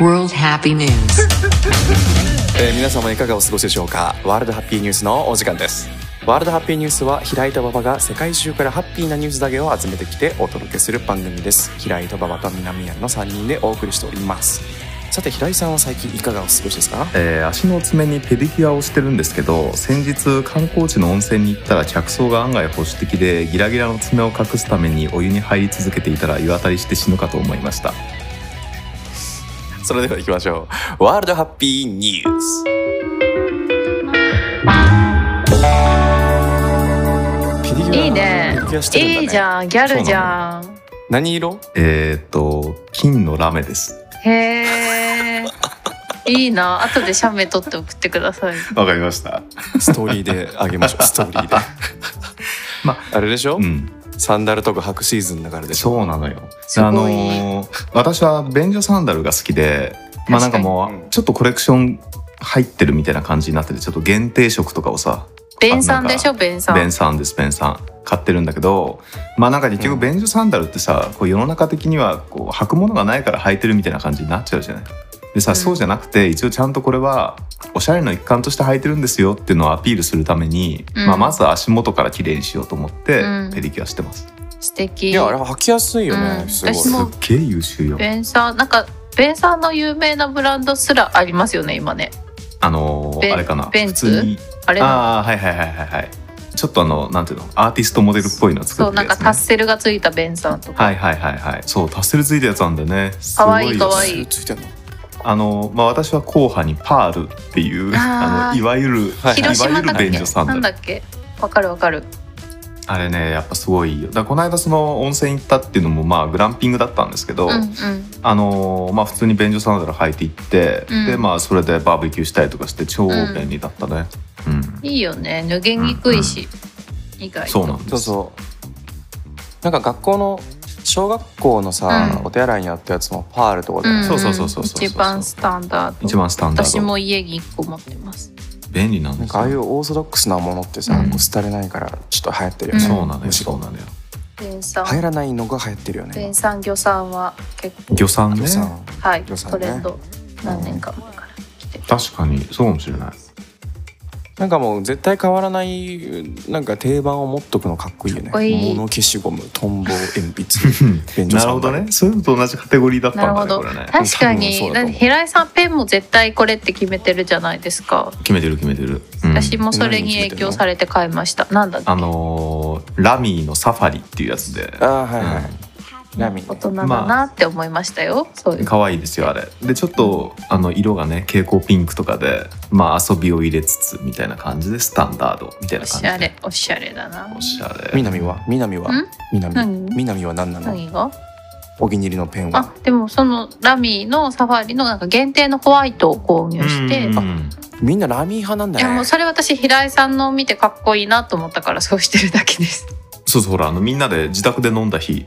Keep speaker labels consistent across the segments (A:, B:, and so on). A: World Happy News.
B: えー皆様いかがお過ごしでしょうかワールドハッピーニュースのお時間ですワールドハッピーニュースは平井と馬場が世界中からハッピーなニュースだけを集めてきてお届けする番組です平井と馬場と南谷の3人でお送りしておりますさて平井さんは最近いかがお過ごしですか
C: えー足の爪にペディキュアをしてるんですけど先日観光地の温泉に行ったら客層が案外保守的でギラギラの爪を隠すためにお湯に入り続けていたら湯あたりして死ぬかと思いました
B: それでは行きましょうワールドハッピーニュースペディキュア
D: いいね
B: ペディキュアしてるんだ
D: いいじゃんギャルじゃん
B: 何色
C: えーっと金のラメです
D: へえいいな後で写メ撮って送ってくだ さい
C: わかりました
B: ストーリーであげましょうストーリ ーで
C: ま
B: あれでしょ、
C: うん
B: サンダルとか履くシーズンだからでしょ
C: そうなのよ
D: すごい
C: あのー私は便所サンダルが好きでまあなんかも
B: 確かに
C: うちょっとコレクション入ってるみたいな感じになっててちょっと限定色とかをさ
D: 弁さんでしょ弁さ
C: ベン
D: ん
C: さんですベンさん買ってるんだけどまあなんか結
B: うん
C: 局便所サンダルってさ、こう世の中的にはこう履くものがないから履いてるみたいな感じになっちゃうじゃない。でさ、
D: うん
C: そうじゃなくて一応ちゃんとこれはおしゃれの一環として履いてるんですよっていうのをアピールするために、
D: うん
C: まあ、まずは足元から綺麗にしようと思って
D: うん
C: ペディキュアしてます。
D: 素敵
B: いやあれは履きやすいよね、
D: うん
B: すごい
D: 私も
C: すっげえ優秀よ。
D: 弁さんなんか弁さんの有名なブランドすらありますよね今ね
C: あのー
D: ベン
C: あれかな
D: ベン
C: 普
D: ツ
C: 通に
D: あれ
C: ああはいはいはいはいはいちょっとあのなんていうのアーティストモデルっぽいのを作
D: そう
C: って
D: な
C: るや
D: んか
C: つ、ね、
D: タッセルがついた弁さんとか、
C: はいはいはいはいそうタッセルついたやつなんだよねす
D: か
C: ご
D: わいい
C: よ
D: かわいい
B: ついてんの
C: あの、まあ、私は後派にパールっていう
D: あー
C: あのいわゆる、
B: はい
C: い、
D: 広島
C: わゆ
D: だ
C: る
D: っけ
C: 便所サンダ
D: なん
C: ル
D: だっけわかるわかる
C: あれねやっぱすごいよだからこの間その温泉行ったっていうのもまあグランピングだったんですけど、
D: うんうん
C: あのまあ普通に便所サンダル履いて行って、
D: うん
C: でまあそれでバーベキューしたりとかして超便利だったね、うん
D: いいよね脱げにくいし、意外と
C: そうなんです
B: そうそうなんか学校の小学校のさ、
D: うん
B: お手洗いにあったやつもパールとかで、
D: んん
C: そうそうそうそうそう
D: 一番スタンダード
C: 一番スタンダ
D: 私
C: ード
D: も家に一個持ってます
C: 便利なん
B: な
C: で
B: ん
C: す
B: かあ
C: よ
B: あいうオーソドックスなものってさ、
C: うん
B: こう廃れないからちょっと流行ってるよ
D: うん
B: ね、
C: そうなのよ
B: むしろ
C: そうなのよ
D: 弁さ
B: 流
D: ん
B: 行らないのが流行ってるよね
D: 弁さん魚さんは結構
C: 魚さんね
B: 予算
D: はい、
B: 魚さん
D: ト
B: ね
D: レンド何年か前から来てる
C: 確かにそうかもしれない
B: なんかもう絶対変わらないなんか定番を持っとくのかっこいいよね
D: かっこいい
B: 物消しゴムトンボ鉛筆便所
C: な
B: サ
C: る
B: ン
C: ほ
B: ダ
C: ど
B: ル
C: ねそういうのと同じカテゴリーだったん
D: な
C: だね
D: るほど
C: これね
D: 確か
B: 多分そうだ
D: に
B: と
D: だっ
B: 思う
D: て平井さんペンも絶対これって決めてるじゃないですか、
C: 決めてる決めてる、うん
D: 私もそれに影響されて買いましたなんだっけ
C: あのーラミーのサファリっていうやつで
B: ああはいはい、ラミね
D: 大人だなって思いましたよ、そういう
C: 可愛いですよあれでちょっとあの色がね蛍光ピンクとかでまあ遊びを入れつつみたいな感じでスタンダードみたい
D: お
C: な感じ
D: し
C: で
D: ゃれおしゃれだな
C: おし ゃれ
B: 南は南は
D: ん
B: 南
D: 何
B: 南は何なの
D: 何が
B: お気に入りのペンは
D: あでもそのラミーのサファリのなんか限定のホワイトを購入して、
C: うん
D: い
B: みんなラミー派なんだ
D: やも
B: ね
D: うそれ私平井さんのを見てかっこいいなと思ったからそうしてるだけです
C: そうそうほらあのみんなで自宅で飲んだ日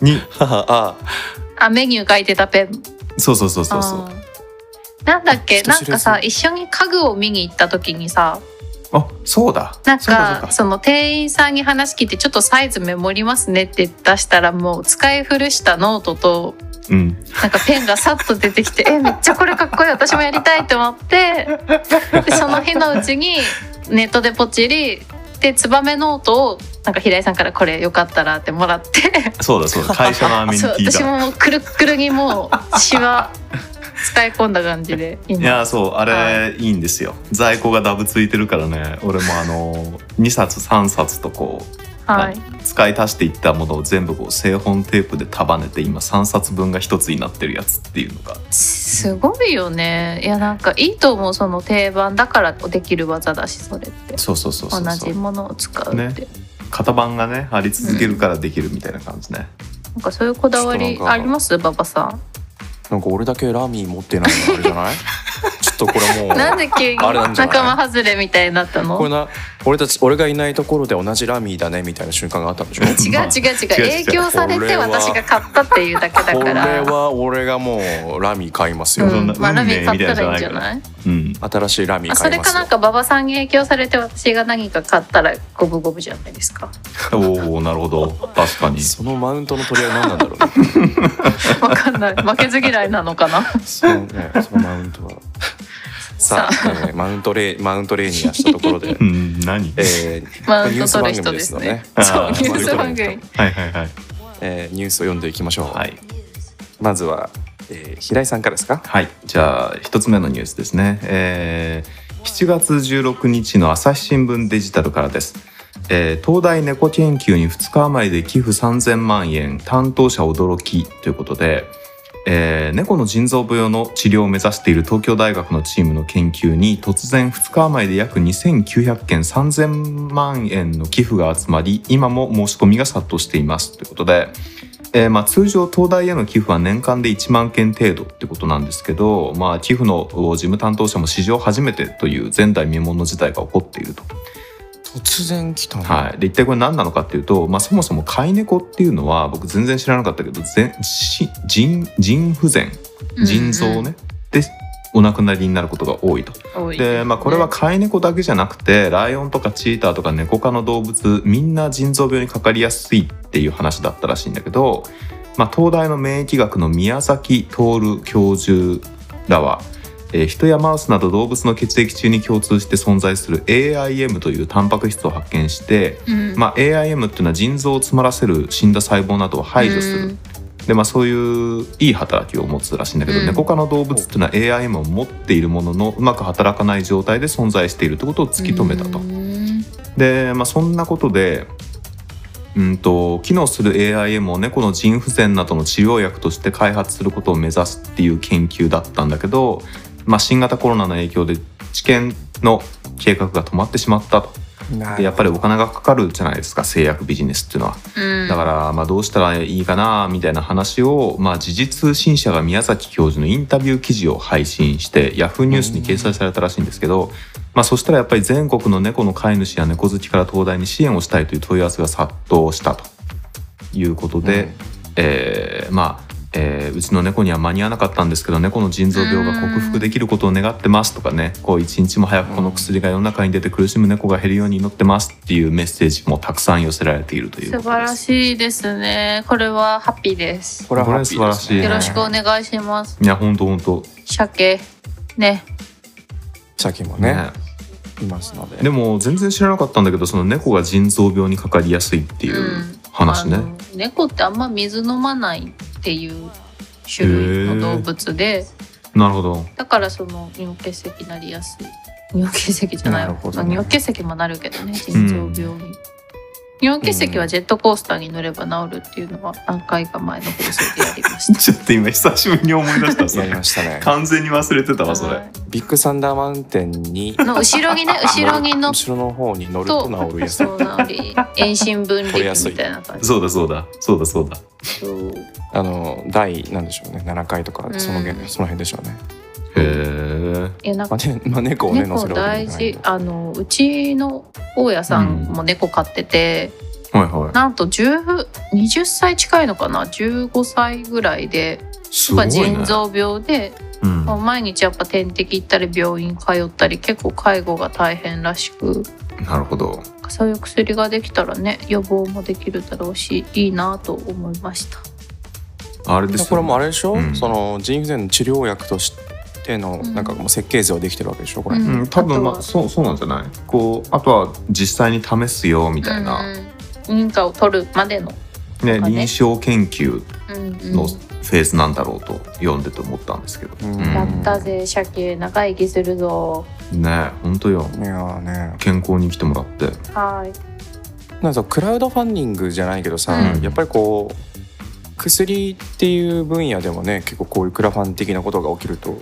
C: に
B: あ
D: あメニュー書いてたペン
C: そうそうそうそうそう
D: あーなんだっけ
B: 人
D: な
B: 知
D: ん
B: れず
D: かさ一緒に家具を見に行った時にさ
C: あそうだ
D: なん
C: そうだそ
D: か
C: うだ
D: その店員さんに話聞いてちょっとサイズメモりますねって出したらもう使い古したノートと
C: うん
D: なんかペンがさっと出てき てえめっちゃこれかっこいい私もやりたいと思ってでその日のうちにネットでポチりでツバメノートをなんか平井さんからこれよかったらってもらって
C: そうだそうだ会社のアメニテ
D: そう
C: ィだ
D: 私ももうくるっくるにもうシワ使い込んだ感じで
C: い
D: 今
C: やーそうあ
D: は
C: れいいんですよ在庫がダブついてるからね俺もあの2冊3冊とこう
D: はい。
C: 使い足していったものを全部こう製本テープで束ねて今3冊分が1つになってるやつっていうのが
D: すごいよねいやなんかいいと思うその定番だからできる技だしそれって
C: そうそうそうそう
D: 同
C: そ
D: じ
C: う
D: ものを使うって、
C: ね型番がねあり続けるからできるみたいな感じね、
D: なんかそういうこだわり
B: ちょっとなんか
D: あります馬場さん
B: なんか俺だけラミー持ってないのあれじゃないちょっとこれもう
D: なんで急に
B: あれなんじゃない
D: 仲間外れみたいになったの
B: これな俺たち俺がいないところで同じラミーだねみたいな瞬間があったんでしょ
D: 違う違う
C: まあ
D: 違う影響され
B: こ
D: て
B: れは
D: 私が買ったっていうだけだ
B: こ
D: か
B: れ
D: ら、
B: は俺がもうラミー買います
D: う
B: よ、
C: そん
D: ん
C: な、
D: まあラミー買
C: 運命み
D: った
C: いな
D: た
C: じゃなんい
D: らいいじゃ
C: から
D: ない
C: うん
B: 新しいラミー
D: あそ
B: 買い
D: れ
B: ま
D: か
B: すよ
D: なんか馬場さんに影響されて私が何か買ったら五分五分じゃないですか
C: おおなるほど 確かに
B: そのマウントの取り合い何なんだろうね
D: わかんない負けず嫌いなのかな
B: そのねそのマウントは さあ、えーマウントレイマウントレイニアしたところで
C: う、ん何
B: えー
D: マウント取る人です
B: ニュー
D: ね
B: ス
C: 番
D: そう
C: 組ですよね
D: ニュース番組
C: はいはいはい
B: えーニュースを読んでいきましょう、
C: はい、
B: まずは、えー平井さんからですか
C: はい、じゃあ一つ目のニュースですね、えー7月16日の朝日新聞デジタルからです、えー東大猫研究に2日余りで寄付3000万円担当者驚きということで、えー猫の腎臓病の治療を目指している東京大学のチームの研究に突然2日余りで約2900件3000万円の寄付が集まり今も申し込みが殺到していますということで、えーまあ、通常東大への寄付は年間で1万件程度ってことなんですけど、まあ、寄付の事務担当者も史上初めてという前代未聞の事態が起こっていると。
B: 突然来たの
C: はい、で一体これ何なのかっていうと、まあ、そもそも飼い猫っていうのは僕全然知らなかったけど全し腎腎不全腎臓ね、
D: うん
C: でお亡くなりになることが多いと。
D: 多い
C: で、まあ、これは飼い猫だけじゃなくてライオンとかチーターとか猫科の動物みんな腎臓病にかかりやすいっていう話だったらしいんだけど、まあ、東大の免疫学の宮崎徹教授らは、えー人やマウスなど動物の血液中に共通して存在する AIM というタンパク質を発見して、
D: うん
C: まあ、AIM っていうのは腎臓を詰まらせる死んだ細胞などを排除するでまあ、そういういい働きを持つらしいんだけど、
D: うん
C: 猫科の動物っていうのは AIM を持っているもののうまく働かない状態で存在しているってことを突き止めたと。
D: うん
C: で、まあ、そんなことで、うん、と機能する AIM を猫の腎不全などの治療薬として開発することを目指すっていう研究だったんだけど、まあ、新型コロナの影響で治験の計画が止まってしまったと
B: な
C: でやっぱりお金がかかるじゃないですか製薬ビジネスっていうのは。
D: うん
C: だから、まあ、どうしたらいいかなみたいな話を、まあ、時事通信社が宮崎教授のインタビュー記事を配信してヤフーニュースに掲載されたらしいんですけど、まあ、そしたらやっぱり全国の猫の飼い主や猫好きから東大に支援をしたいという問い合わせが殺到したということで、
B: うん
C: えーまあえーうちの猫には間に合わなかったんですけど猫の腎臓病が克服できることを願ってますとかねこう一日も早くこの薬が世の中に出て苦しむ猫が減るように祈ってますっていうメッセージもたくさん寄せられているという
D: 素
C: ことです。
D: 晴らしいですねこれはハッピーです
B: これはハッピーですね
C: これ
D: よ
C: は素晴ら
D: ろしくお願いします
C: いや本当本当
D: 鮭ね
B: 鮭もね
C: ね
B: いますので
C: でも全然知らなかったんだけどその猫が腎臓病にかかりやすいっていう話ね、
D: あの猫ってあんま水飲まないっていう種類の動物で
C: なるほど
D: だからその尿結石なりやすい尿結石じゃない
B: なる
D: わ
B: ほどね
D: まあ尿結石もなるけどね腎臓病に、尿結石はジェットコースターに乗れば治るっていうのは何回か前の放送でやりまし た
C: ちょっと今久しぶりに思い出したそ
B: やり
C: れ
B: ましたね
C: 完全に忘れてたわそ
D: は
C: れ
D: い
B: ビッグサンダーマウンテンに
D: の後ろにね後ろに乗っ
B: 後ろの方に乗ると
D: と
B: 治るやつ
D: そう治り遠心分離みたいな感じ
C: そうだそうだそうだそうだ
D: そう
B: あの第なんでしょうね7回とかその辺、
D: うん
B: その辺でしょうね。
C: へえ
D: いやなんか
B: まあねまあ、猫をね乗
D: 猫
B: せるわけ
D: 大
B: にはい
D: 事
B: かないんで
D: あのうちの大家さんも猫飼ってて、
C: はいは
D: なんと10 20歳近いのかな15歳ぐらいで、
C: いす
D: や
C: ごい
D: っぱ
C: ね
D: 腎臓病で、
C: うん
D: まあ毎日やっぱ点滴行ったり病院通ったり結構介護が大変らしく
C: なるほど
D: そういう薬ができたらね予防もできるだろうしいいなと思いました。
C: あれですよ、ね、
B: これもあれでしょ、
C: うん
B: その腎不全の治療薬としての
D: うん
B: なんかもう設計図はできてるわけでしょこれ、
D: うん
C: うん、多
D: あ
C: 分
D: とは
C: まあそうそうなんじゃないこうあとは実際に試すよみたいな、
D: うんうん認可を取るまでの、
C: ね
D: とか
C: 臨
D: ね
C: 床研究
D: うんうん
C: のフェーズなんだろうと読んでて思ったんですけど、
B: うん
D: やったぜ鮭長生きするぞ
C: ねえ本当よ
B: いやーね
C: 健康に来てもらって
D: はい
B: なんかさクラウドファンディングじゃないけどさ、
C: うん
B: やっぱりこう薬っていう分野でもね結構こういうクラファン的なことが起きると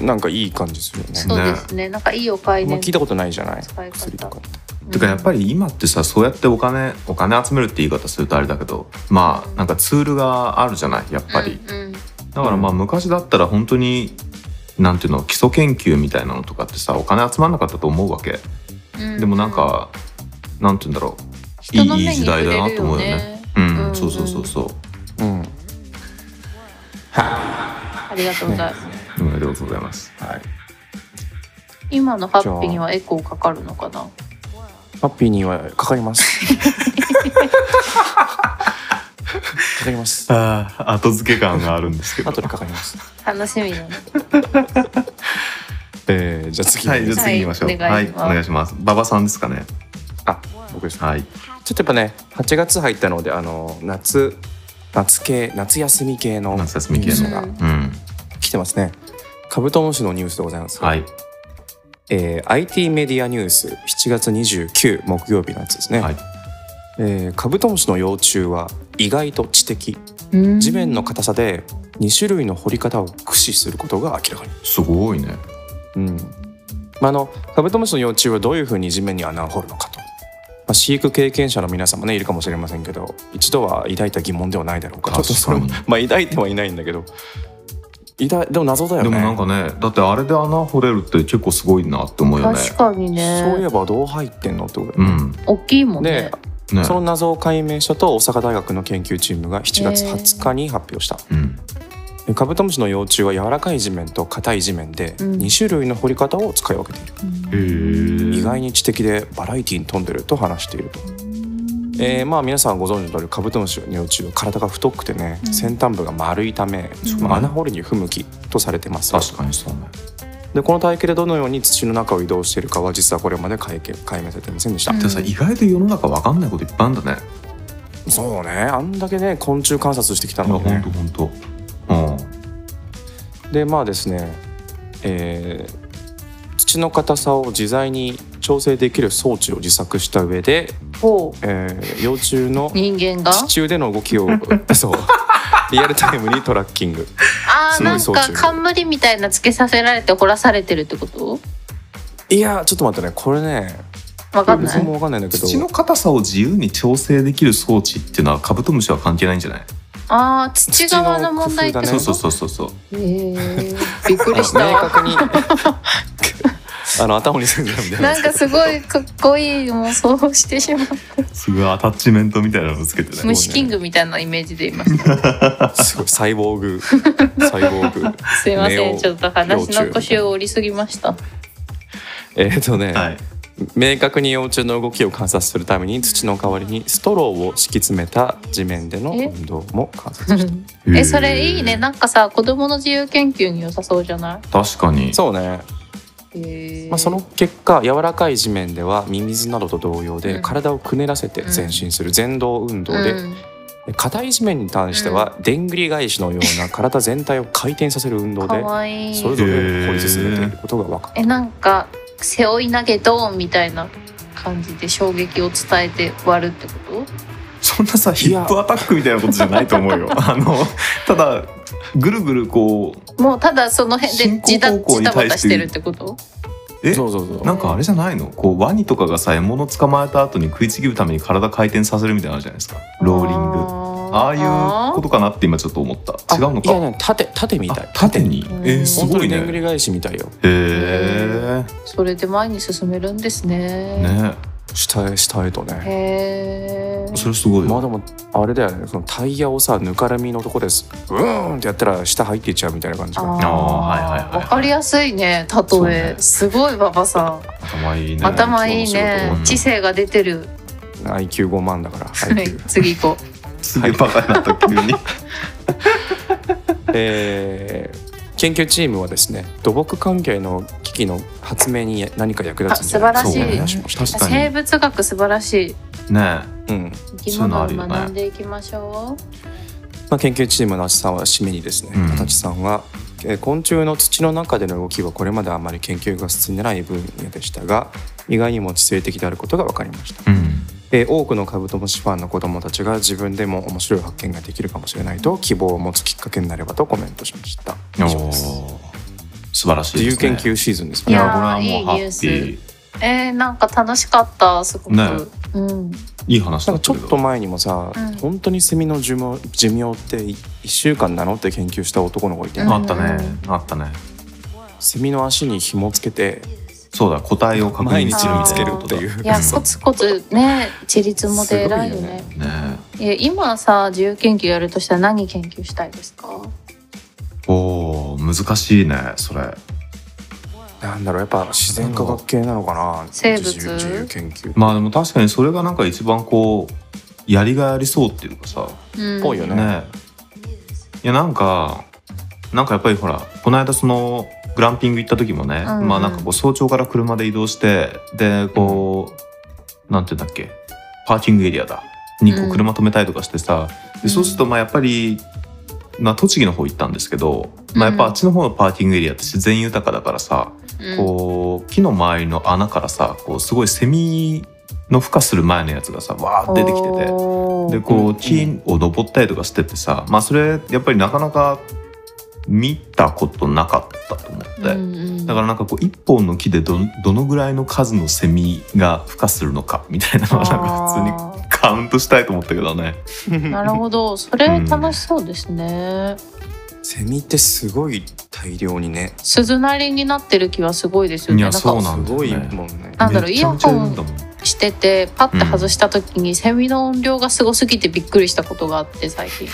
B: なんかいい感じするよね。
D: そうですねなんかいいお買い
B: まあ、
D: ね
B: 聞いたことないじゃない
D: 使い方
B: 薬とかって。
C: てかやっぱり今ってさそうやってお金お金集めるって言い方するとあれだけどまあなんかツールがあるじゃないやっぱり、
D: うんうん
C: だからまあ昔だったら本当になんていうの基礎研究みたいなのとかってさお金集まんなかったと思うわけ
D: うん
C: でもなんかなんていうんだろうい
D: 人の
C: いいい
D: 目に
C: 時
D: 触れ
C: 代
D: る
C: だなと思うよねうん、
D: うん
C: そうそうそうそう
B: うんはい
D: ありがとうございます、
C: おめでとうございます
D: 今のハッピーにはエコーかかるのかな
B: ハッピーにはかかりますかかります
C: ああ後付け感があるんですけど
B: 後でかかります
D: 楽しみだね
B: えー、じゃあ次、
C: はいじゃあ次行きましょう
D: はい
C: はいお
D: お
C: 願
D: 願
C: いします馬場さんですかね
B: あ僕ですね
C: はい
B: ちょっとやっぱね8月入ったのであの夏夏系夏休み系の
C: 夏休み系の
B: ニュースが
D: うん
C: うん
B: 来てますねカブトムシのニュースでございます、
C: はい
B: えー IT メディアニュース7月29木曜日のやつですね、
C: はい
B: えーカブトムシの幼虫は意外と知的
D: うん
B: 地面の硬さで2種類の掘り方を駆使することが明らかに、
C: すごいね
B: うんまあ、あのカブトムシの幼虫はどういうふうに地面に穴を掘るのかと、まあ、飼育経験者の皆様ねいるかもしれませんけど一度は抱いた疑問ではないだろうかちょっと
C: 確
B: そ
C: か
B: れも
C: に
B: まあ抱いてはいないんだけど抱いでも謎だよ
C: で
B: ね
C: もなんかねだってあれで穴掘れるって結構すごいなって思うよね
D: 確かに
B: そういえ
D: ね
B: ばどう入ってんのってことだよ
C: う
B: ね
C: ん
D: 大きいもんね
B: で
C: ね
B: その謎を解明したと大阪大学の研究チームが7月20日に発表した、
C: うん
B: カブトムシの幼虫は柔らかい地面と硬い地面で
D: うん
B: 2種類の掘り方を使い分けている、
C: へえ
B: 意外に知的でバラエティに富んでると話していると、えーまあ皆さんご存知の通りカブトムシの幼虫は体が太くてね、
D: うん
B: 先端部が丸いため、
D: うん
B: まあ穴掘りに不向きとされてます
C: 確かにそうね
B: でこの体型でどのように土の中を移動しているかは実はこれまで解決解明されていませんでした、
D: うん
C: でさ意外と世の中わかんないこといっぱいあるんだね
B: そうねあんだけね昆虫観察してきた
C: いや
B: のにね
C: 本当本当うん
B: でまあですね、えー土の硬さを自在に調整できる装置を自作した上で、
D: ほう
B: えー幼虫の
D: 人間が
B: 地中での動 きをそうリアルタイムにトラッキング
D: あ
B: すご
D: ー
B: い
D: なん
B: 装
D: か
B: 置
D: 冠みたいなつけさせられて掘らされてるってこと
B: いやーちょっと待ってねこれね
D: わかんな
B: 僕も
D: い
B: 分かんないんだけど
C: 土の硬さを自由に調整できる装置っていうのはカブトムシは関係ないんじゃない、
D: あー土側の問題ってこ
B: え
D: と
C: そうそうそうそうそう
D: へーびっくりし
B: あ
D: た
B: の明
D: わ
B: 確 にあの頭にすんじゃんみたいな
D: なんかすごいかっこいい妄想をしてしまう
C: すごいアタッチメントみたいなのつけてね
D: 虫キングみたいなイメージでいました
B: すごいサイボーグサイボーグ
D: すいませ
B: ネ
D: ん
B: オ
D: ちょっと話の腰を折りすぎました
B: えっとね、
C: はい
B: 明確に幼虫の動きを観察するために土の代わりにストローを敷き詰めた地面での
D: え
B: 運動も観察した
D: えそれいいねなんかさ子供の自由研究に良さそうじゃな
C: 確かに
B: そうね、
D: いへー
B: まあ、その結果柔らかい地面ではミミズなどと同様で
D: うん
B: 体をくねらせて前進する前動運動で
D: ん
B: で硬い地面に関してはでんぐり返しのような体全体を回転させる運動
D: か
B: で
D: わいい
B: それぞれ掘り進めていることが分かった
D: えなんか背負い投げドーンみたいな感じで衝撃を伝えて割るってこ
C: そんなさヒップアタックみたいなことじゃないと思うよあのただぐるぐるこう
D: ともうただその辺で
C: 進行
D: じた
C: 方向
D: じ
C: に対して
D: たばたしてるってこと
C: え
B: そうそうそう
C: なんかあれじゃないのこうワニとかがさ獲物捕まえた後に食いちぎるために体回転させるみたいなのあるじゃないですかローリング
D: グ
C: ああいうことかなって今ちょっと思った違うの
B: あいや
C: か
B: いや縦縦み
C: あ
B: たい
C: 縦に
D: うん
C: えー、す
B: 本当
C: ごい
B: に
C: ね
B: でんぐり返しみたいよ
C: へえ
D: それで前に進めるんですね
C: ね
B: 下へ下へとね
D: へえ
C: それすごい
B: まあ
C: よ
B: でもあれだよねそのタイヤをさぬかるみのとこですうーんってやったら下入っていっちゃうみたいな感じが
C: ーはいはいはいはい
D: わかりやすいね
C: そう
D: 例え、
C: ね
D: すごい馬場さ
C: 頭いいね
D: ん頭い
B: 今
D: い
B: 日の仕
C: 事
D: ね
C: も
D: 知性が出てる
B: IQ5 万だから
D: は
B: IQ
D: い 次行こ
C: すげえバカになった急に
B: えー研究チームはですね土木関係の機器の発明に何か役立つんじゃない
D: あ素晴らしい
B: そうね
D: う
C: 確かに
D: 生物学素晴らしい
C: ね
B: うん
D: 生き
C: そういうの
D: 物
C: あ
D: を
C: るよね
D: 学んでいきましょ
B: まあ、研究チームの足さんは締めにですね、
C: うん
B: 足立さんは、えー昆虫の土の中での動きはこれまであまり研究が進んでない分野でしたが意外にも知性的であることが分かりました
C: うん
B: えー多くのカブトムシファンの子どもたちが自分でも面白い発見ができるかもしれないと希望を持つきっかけになればとコメントしました以
C: お
B: 上
C: ー
B: です
C: 素晴らし
B: 自
C: いで
B: 由
C: すね
B: 研究シーズンです
C: い
B: ね
C: や
D: いやー
C: これはもうハ
D: いいニュー
C: ッ
D: ス
C: ピー
D: うえー、なんか楽しかったすごく、
C: ね
D: うん
C: いい話
B: なんか
C: だっ
B: ち
C: た
B: ょ
C: け
B: っと
C: ど
B: 前にもさ、
D: うん
B: 本当にセミの寿命寿命って1週間なのって研究した男の子いて、
D: うん
C: あったねあったね
B: セミの足に紐をつけて
C: そうだ個体を確
B: 毎
C: 認
B: 日
C: する
B: 見つけるっていう
C: こ
D: いや
C: うん
D: コツコツね一律もで偉いよね
C: とだね
D: いや今さ自由研究やるとしたら何研究したいですか
C: おー難しいねそれ
B: なんだろうやっぱ自然科学系なのかな
D: 生物
B: 自由自由研究
C: まあでも確かにそれがなんか一番こうやりがいありそうっていうかさ
D: うん
B: ぽいよね
C: ねいやなんかなんかやっぱりほらこの間そのグランピング行った時もね、
D: うんうん
C: まあなんかこう早朝から車で移動してでこう、なんていうんだっけパーキングエリアだにこ
D: う
C: うん車止めたりとかしてさ、
D: う
C: で
D: ん
C: そうするとまあやっぱり、まあ、栃木の方行ったんですけど、まあ、やっぱあっちの方のパーキングエリアって自然豊かだからさ、
D: うん
C: こう木の周りの穴からさこうすごいセミの孵化する前のやつがさわーって出てきてて。
D: おー
C: でこ
B: うん
C: う木を登ったりとかしててさ、まあそれやっぱりなかなか見たことなかったと思って、
D: うんうん
C: だからなんかこう一本の木でどどのぐらいの数のセミが孵化するのかみたいなのがなんか普通に
D: あー
C: カウントしたいと思ったけどね
D: なるほどそれ楽しそうですね、
B: セミってすごい大量にね
D: 鈴なりになってる気はすごいですよね
C: いや
D: なん
C: そう
D: か
C: なん
B: す
C: だよ
B: ご
C: ね
B: いもんね
D: なんだろう
C: めちゃめちゃいるんだもん
D: しててパッて外した時に、セミの音量がすごすぎてびっくりしたことがあって最 近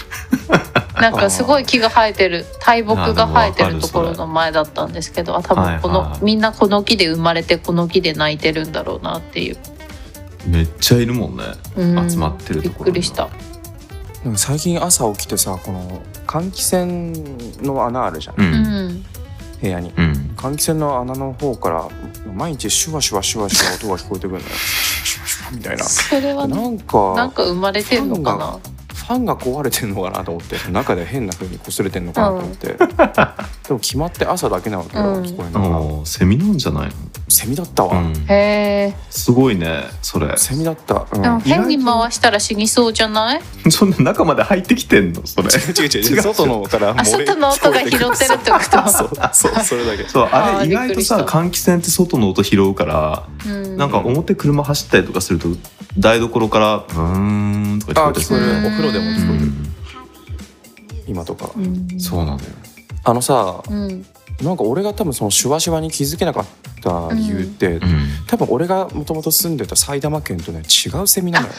D: なんかすごい木が生えてる大木が生えてるところの前だったんですけどあ多分この、
C: はいはい
D: みんなこの木で生まれてこの木で泣いてるんだろうなっていう、
C: めっちゃいるもんね
D: うん
C: 集まってると
D: びっ
C: ころ
D: くりした
B: なんか最近朝起きてさこの換気扇の穴あるじゃん
C: う
D: うんん
B: 部屋に
C: うん
B: 換気扇の穴の方から毎日シュワシュワシュワシュワ音が聞こえてくるのよシュワシュワシュワみたいな
D: それはね
B: なんか
D: なんか生まれてんのかな
B: ファンが壊れてんのかなと思って中で変な風に擦れてんのかなと思って、 でも決まって朝だけなわけよ、
D: うん
B: 聞こえる
C: あ
B: のが
C: のセミなんじゃない
B: セミだったわ、
C: の、うん、
D: へえ
C: すごいねそれ
B: セミだった、うん、
D: でも
B: 意外
D: 変に回したら死にそうじゃない
C: そんな中まで入ってきてんのそれ
B: 違う違う 違う外のから
D: あ
B: 漏れ
D: 外の音が拾ってるってこ
B: そうそうそれだけ
C: そうあ
D: あ
C: れ
D: ー
C: 意外
D: びっく
C: と
D: りした
C: さ換気扇って外の音拾うから、
D: と、うん、
C: なんか表車走ったりとかすると台所から「うーん」とか
B: あ
C: 聞こえ
B: あ
C: て
B: 聞こえる
C: くる
D: うん
B: お風呂でも聞こえる、
C: うん
B: 今とか
D: うん
C: そうなんだよ
B: あのさ
D: うん
B: なんか俺が多分そのシュワシュワに気づけなかった理由って、多分俺がもともと住んでた埼玉県とね違うセミなのよ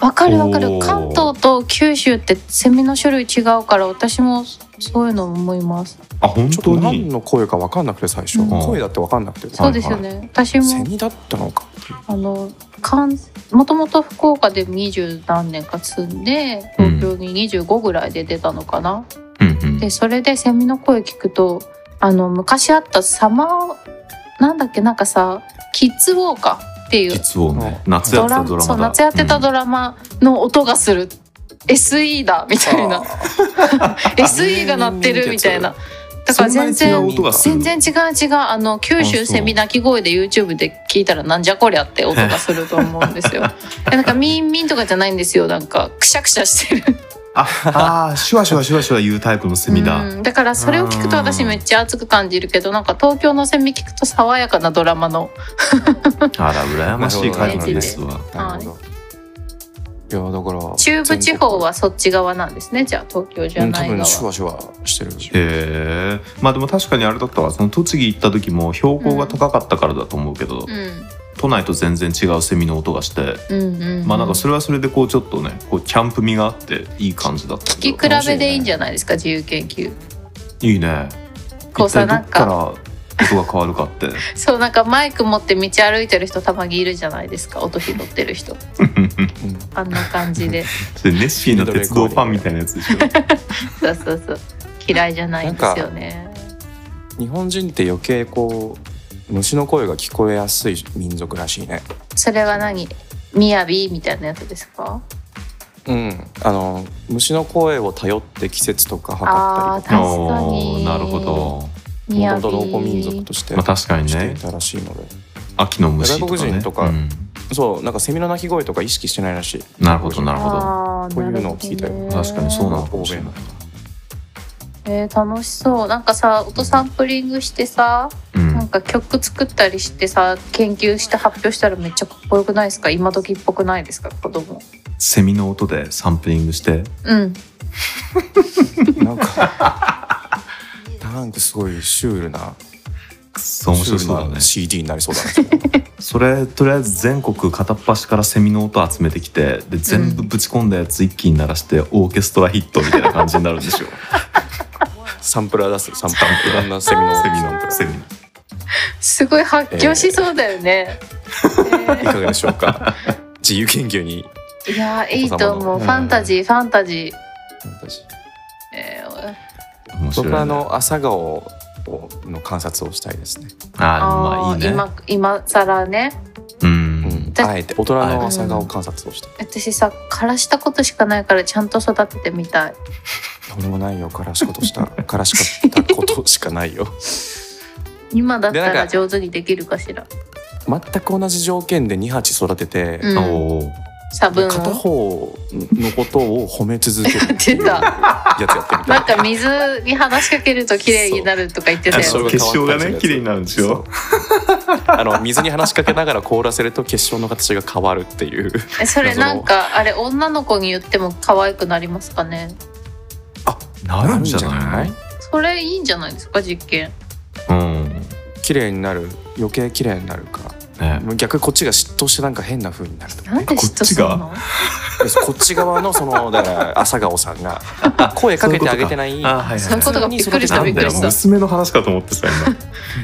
D: わかるわかる
C: おー
D: 関東と九州ってセミの種類違うから私もそういうの思います
C: あ本
B: ちょっと
C: 当
B: 何
C: に
B: の声か分かんなくて最初、
D: うん
B: 声だって分かんなくて、
D: そうですよね、私
B: セ
D: も
B: ミだったのか
D: あの関もともと福岡で二十何年か住んで東京に25ぐらいで出たのかな、
C: うんうん
D: でそれでセミの声聞くとあの昔あったサマーなんだっけなんかさキッズウォーカーっていう
C: 実をね夏や
D: ド
C: ってた
D: ラマ
C: ドラ
D: そう
C: マだ
D: 夏やってたドラマの音がする、SE だみたいな SE が鳴ってるみたいなだから全
C: そんなに
D: 然
C: 違う音がする
D: 全然違う違うあの九州
C: あそう
D: セミ鳴き声で YouTube で聞いたらなんじゃこりゃって音がすると思う んですよなんかミンミンとかじゃないんですよなんかくしゃくしゃしてる
C: ああーシュワシュワシュワシュワ言うタイプのセミだ、
D: うんだからそれを聞くと私めっちゃ熱く感じるけどなんか東京のセミ聞くと爽やかなドラマの
C: あら羨ましいタイプなんですわ
B: なるほどいやだから
D: 中部地方はそっち側なんですねじゃあ東京じゃ
B: 全国
D: ない
B: うん多分
D: 側
B: シュワシュワしてる
C: へえまあでも確かにあれだったわその栃木行った時も標高が高かったからだと思うけど、
D: うん
C: 都内と全然違うセミの音がして
D: うんうんうん
C: まあなんかそれはそれでこうちょっとねこうキャンプ味があっていい感じだったけ
D: 聞
C: ど
D: き比べでいいんじゃないですか自由研究
C: いいね
D: こうさ
C: 一体ど
D: なん
C: っから
D: か
C: 音が変わるかって
D: そうなんかマイク持って道歩いてる人たまにいるじゃないですか音拾ってる人あんな感 じで
C: それネッシーの鉄道ファンみたいなやつでしょ
D: そうそうそう嫌いじゃないんですよね
B: 日本人って余計こう虫の声が聞こえやすい民族らしいね
D: それは何みやびみたいなやつですか
B: うんあの虫の声を頼って季節とか
D: あ
B: 測
D: あ
B: っ
D: ー
B: たり
D: 確か
C: おー
D: に
C: なるほど、
B: と
D: み
B: か
D: や
B: もと
D: び
B: もと農耕民族として
C: まあ、確かに
B: してい
C: ね
B: たらしいので
C: 秋の虫とかね
B: 外国人とか
C: うん
B: そうなんかセミの鳴き声とか意識してないらしい
C: なるほどなるほど
D: あー
B: こういうの
D: なるほど
B: を聞
D: ね
B: いたよ
C: 確かにそうなのかもしれない、
D: えー楽しそうなんかさ音サンプリングしてさ
C: うん
D: なんか曲作ったりしてさ研究して発表したらめっちゃかっこよくないですか今時っぽくないですか子供
C: セミの音でサンプリングして
D: うん
B: なんかなんかすごいシュールな
C: くそ面白そうだ
B: すぐ
C: ね
B: な CD になりそうだね
C: それとりあえず全国片っ端からセミの音集めてきてで全部ぶち込んだやつ一気に鳴らしてオーケストラヒットみたいな感じになるんでしょ
B: サンプラー出すサンプラー いろんなセミの
C: セミ
B: サンプ
C: の
B: ラー
C: セミの
D: すごい発狂しそうだよね。
B: いかがでしょうか自由研究に
D: えーいやーいいと思
B: お子様の
D: う。ファンタジーファンタジー。えー
C: 面白い、
B: 僕
C: ね、
B: はあの朝顔をの観察をしたいですね、
C: あー
D: ー
C: でもまあいいね
D: 今今更ね。
B: う
C: う
B: んん、あえて大人の朝
D: う
B: 顔
D: ん
B: 観察をしたい、
D: 私さ枯らしたことしかないからちゃんと育ててみたい。
B: 俺もないよからしことしたからしかったことしかない よ
D: 今だった
B: でなん
D: ら
B: か
D: 上手にできるかしら。
B: 全く同じ条件で2鉢育てて、
D: うん
C: おー
D: 差分を。
B: 片方のことを褒め続けるって い
D: 出
B: うや
D: た。
B: つやってみたい
D: なんか水に話しかけると綺麗になるとか言ってた
C: あ
D: よ
C: そ
D: ね。
C: う結晶がね綺麗になるんでしょ
B: そうあの水に話しかけながら凍らせると結晶の形が変わるっていう
D: えそれなんかあれ女の子に言っても可愛くなりますかね。
C: なるんじゃない
B: なるん
D: それいいんじゃないですか実験。
C: うん
B: 綺麗になる余計綺麗になるか
C: ね
B: ら逆にこっちが嫉妬してなんか変な風になるとか
D: なんで嫉妬するの？
B: こっち側のそのだから朝顔さんが声かけてあげてない
C: あはい
D: そ
C: は
D: う
C: いいう
D: ことがびっくりした
C: な
D: びっ
C: ん
D: く
C: だ
D: り
C: よ
D: した。
C: 娘の話かと思ってた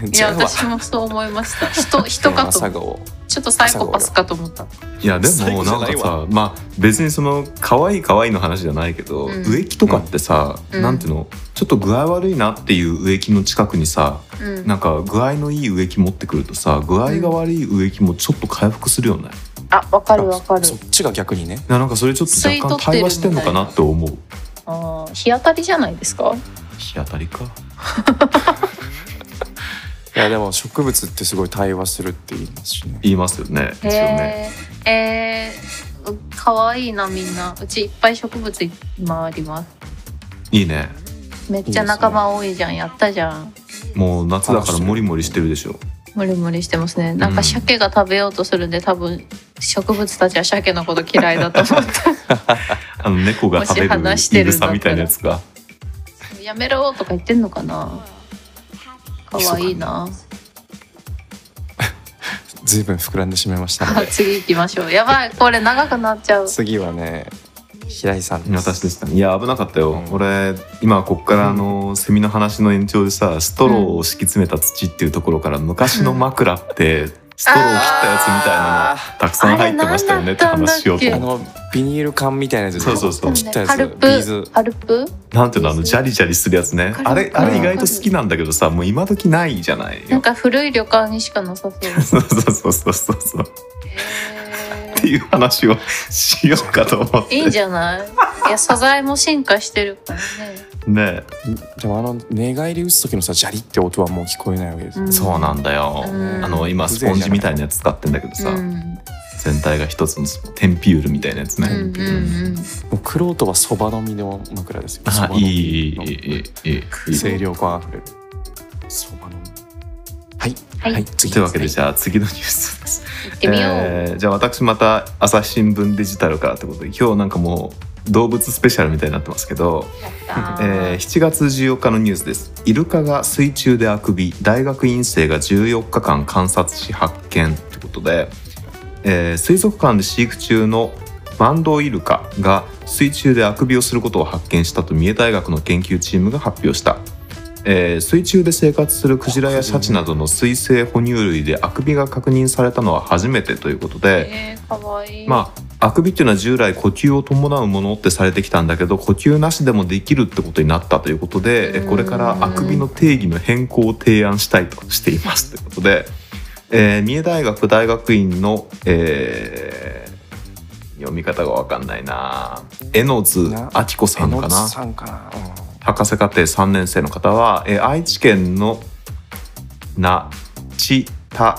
C: 今
D: いや私もそう思いました。人人かと思
B: 朝
D: った
B: 顔
D: ちょっとサイコパスかと思った。
C: いやで
B: 最後
C: も
B: じ
C: な
B: ゃ
C: ん
B: な
C: か
B: いわ
C: さまあ別にその可愛い可愛いの話じゃないけど、
D: うん
C: 植木とかってさ、
D: うん
C: なんていうのちょっと具合悪いなっていう植木の近くにさ
D: うん。
C: なんか具合のいい植木持ってくるとさ具合が悪い植木もちょっと回復するよね、
D: あわかるわかる
B: そ。っちが逆にね
C: ななんかそれちょっと若干対話してんのかなって思う
D: あー日当たりじゃないですか。
C: 日当たりか
B: いやでも植物ってすごい対話するって言いますしね
C: 言いますよね一応ね
D: へえ。えー。可愛いなみんな。うちいっぱい植物今あります。
C: いいね
D: めっちゃ仲間多いじゃん。やったじゃん。
C: もう夏だからモリモリしてるでしょ
D: モリモリしてますね。なんか鮭が食べようとするんで、多分植物たちは鮭のこと嫌いだと思っ
C: あの猫が食べ
D: もし話して
C: るイ
D: る
C: ル
D: ん
C: サ
D: だったら
C: みたいなやつが
D: てやめろとか言ってんのかな。可愛いな。
B: 随分膨らんでしまいましたの
D: あ
B: で
D: 次行きましょう。やばい、これ長くなっちゃう。
B: 次はね平井さんです
C: 私でしたねいや危なかったよ、
B: うん
C: 俺今こっからあの、セミの話の延長でさストローを敷き詰めた土っていうところから昔の枕って、ストローを切ったやつみたいなのたくさん入ってましたよねって
D: あれなんだ
C: 話しようと
B: あ
C: 思っ
B: のビニール缶みたいなやつで
C: そうそうそう
B: 切ったや
D: ハ
B: つ
D: ル
B: ビーズ
D: プ、ハルプ。
C: てなんていうのあのジャリジャリするやつね
D: わかる
C: あれあれ意外と好きなんだけどさもう今時ないじゃない
D: なん
C: よ
D: か古い旅館にしか なさそ
C: そ
D: う。
C: うそうそうそうそうそうっ
D: へ
C: て
D: ー
C: いう話をしようかと思って
D: いいんじゃない。いや、素材も進化してるからね。
C: ね
B: でもあの寝返り打つ時のさジャリって音はもう聞こえないわけです、
D: ん
C: そうなんだよ、
D: うん
C: あの今スポンジみたいなやつ使ってんだけどさ、
D: うん、
C: 全体が一つのテンピュールみたいなやつね、
D: うん、うん、うん。
B: もうクロートはそばの実の枕ですよそば
C: あ
B: の
C: い
B: 実
C: いいい
B: の
C: いいいいいい
B: 清涼感あふれるそばのはい
D: はい
B: 次
C: というわけで
B: し
C: じゃあ次のニュースです。
D: 行ってみよう。
C: えーじゃあ私また朝日新聞デジタルからってことで今日なんかもう動物スペシャルみたいになってますけど、
D: やった
C: えー7月14日のニュースです。イルカが水中であくび大学院生が14日間観察し発見ってことで、えー水族館で飼育中のマンドウイルカが水中であくびをすることを発見したと三重大学の研究チームが発表した、えー水中で生活するクジラやシャチなどの水生哺乳類であくびが確認されたのは初めてということで、
D: えー、かわいい。
C: まあ、あくびっていうのは従来呼吸を伴うものってされてきたんだけど呼吸なしでもできるってことになったということでえ
D: うん
C: これからあくびの定義の変更を提案したいとしていますということで、えー三重大学大学院の、えー読み方がわかんないな榎津明子さんかな
B: さんかな、う
C: 博士課程3年生の方は、えー愛知県の那智田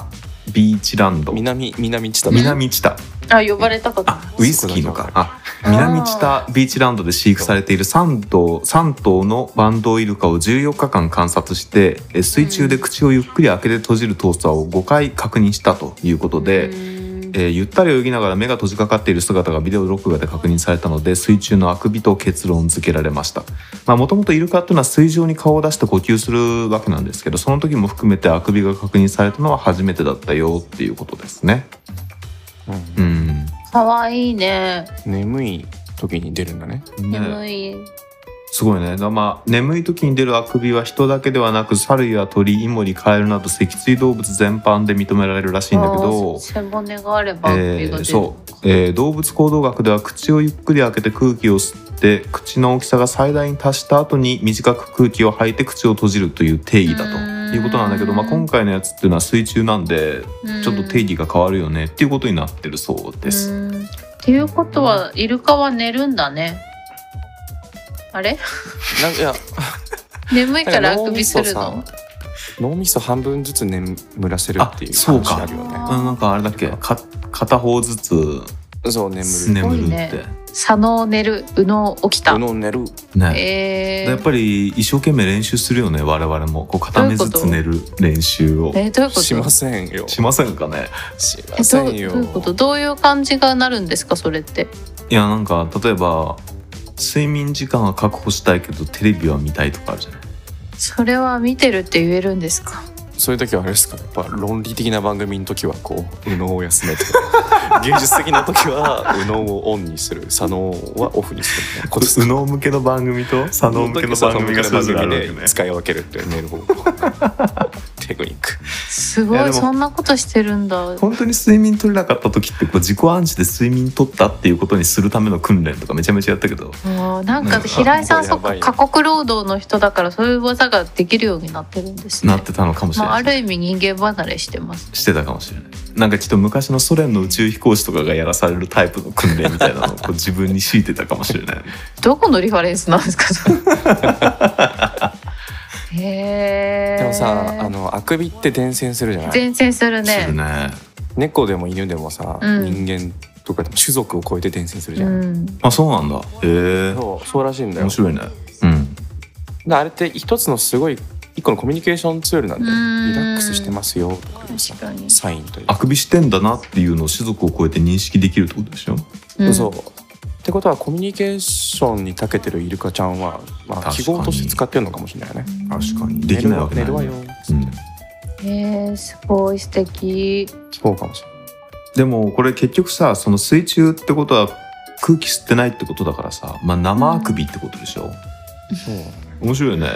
C: ビーチランド
B: ん、南南千田
C: 南知多
D: あ、呼ばれたかと思っ
C: あウイスキーの
B: そ
C: か
B: う
C: あ
D: あー
C: 南知多ビーチランドで飼育されている3頭3頭のバンドウイルカを14日間観察してえ水中で口をゆっくり開けて閉じる動作を5回確認したということ
D: た。
C: で、
D: うーん
C: えーゆったり泳ぎながら目が閉じかかっている姿がビデオ録画で確認されたので水中のあくびと結論付けられましたもともとイルカというのは水上に顔を出して呼吸するわけなんですけどその時も含めてあくびが確認されたのは初めてだったよっていうことですねうん
D: 可愛いね。
B: 眠い時に出るんだね
D: 眠い。
C: すごいね。だまあ、眠い時に出るあくびは人だけではなく、猿や鳥、イモリ、カエルなど脊椎動物全般で認められるらしいんだけ
D: あー
C: ど、
D: 背骨があれば
C: え
D: 首が出
C: ー
D: る。
C: そう、えー動物行動学では口をゆっくり開けて空気を吸って、口の大きさが最大に達した後に短く空気を吐いて口を閉じるという定義だ
D: うー
C: と
D: ん
C: いうことなんだけど、まあ、今回のやつっていうのは水中なんで、
D: うん
C: ちょっと定義が変わるよねっていうことになってるそうです。
D: うんっていうことはイルカは寝るんだね。あれ？
B: なんかいや
D: 眠いからあ
B: 脳
D: く
B: み
D: びす
B: そ
D: る
B: さ
D: の。
B: 脳みそ半分ずつ眠らせるっていう
C: あそう
B: 話
C: か
B: あるよね
D: あ
C: うんなんかあれだっけか片方ずつ
B: そう眠る
C: 眠るって。
D: すごい左脳寝る、右脳起きた
B: う。の寝る
C: ね
D: えー、
C: やっぱり一生懸命練習するよね我々もこう片目ずつ寝る練習を
D: えどういうこと？
B: しませんよ
C: しませんかね
B: し
D: え
B: ま
D: ど
B: せ
D: うん
B: よ
D: どういうことどういう感じがなるんですかそれって
C: いやなんか例えば睡眠時間は確保したいけどテレビは見たいとかあるじゃない
D: それは見てるって言えるんですか
B: そういう時はあれですかやっぱ論理的な番組の時はこう右脳を休めて 芸術的な時は右脳をオンにする左脳はオフにするみたいなことです
C: 右脳向けの番組と左脳向けの番組がそれぞれあるわけね
B: で使い分けるっていう寝る方法テクニック
D: すご
C: いや
D: い
C: でも
D: そんなことしてるんだ
C: 本当に睡眠取れなかった時ってこう自己暗示で睡眠取ったっていうことにするための訓練とかめちゃめちゃやったけど
D: もうなんか
C: うん
D: 平井さん
B: あも
D: そう
B: や
D: っ
B: ば
D: か
B: い
D: 過酷労働の人だからそういう技ができるようになってるんですね
C: なってたのかもしれ
D: まあ、
C: な
D: あ
C: い
D: る意味人間離れしてます
C: してたかもしれないなんかきっと昔のソ連の宇宙飛行士とかがやらされるタイプの訓練みたいな のをこう自分に強いてたかもしれない
D: どこのリファレンスなんですかそれへえ
B: でもさあのあくびって伝染するじゃない
D: 前線するね
C: するね。
B: 猫でも犬でもさ、
D: うん
B: 人間とかでも種族を超えて伝染するじ
D: う
B: ゃん、
D: ん、
C: あ、そうなんだ。へえ。
B: そうそうらしいんだよ
C: 面白いね。うん。
B: だあれって一つのすごい一個のコミュニケーションツールなんで
D: うん
B: リラックスしてますよとかいうさ
D: 確かに、
B: サインという
C: あくびしてんだなっていうのを種族を超えて認識できるってことでしょ。
D: うん、
B: そうってことはコミュニケーションに長けてるイルカちゃんは、ま
C: 確
B: あ、
C: かに
B: 記号として使ってるのかもしれないね
C: 確かに。できないわけない、
B: 寝るわ
C: ね。
B: 寝るわよ、
C: うん
D: へえすごい素敵
B: そうかもしれない
C: でも、これ結局さ、その水中ってことは。空気吸ってないってことだからさ、まあ、生あくびってことでしょ。
B: そうだね
C: 面白いよね。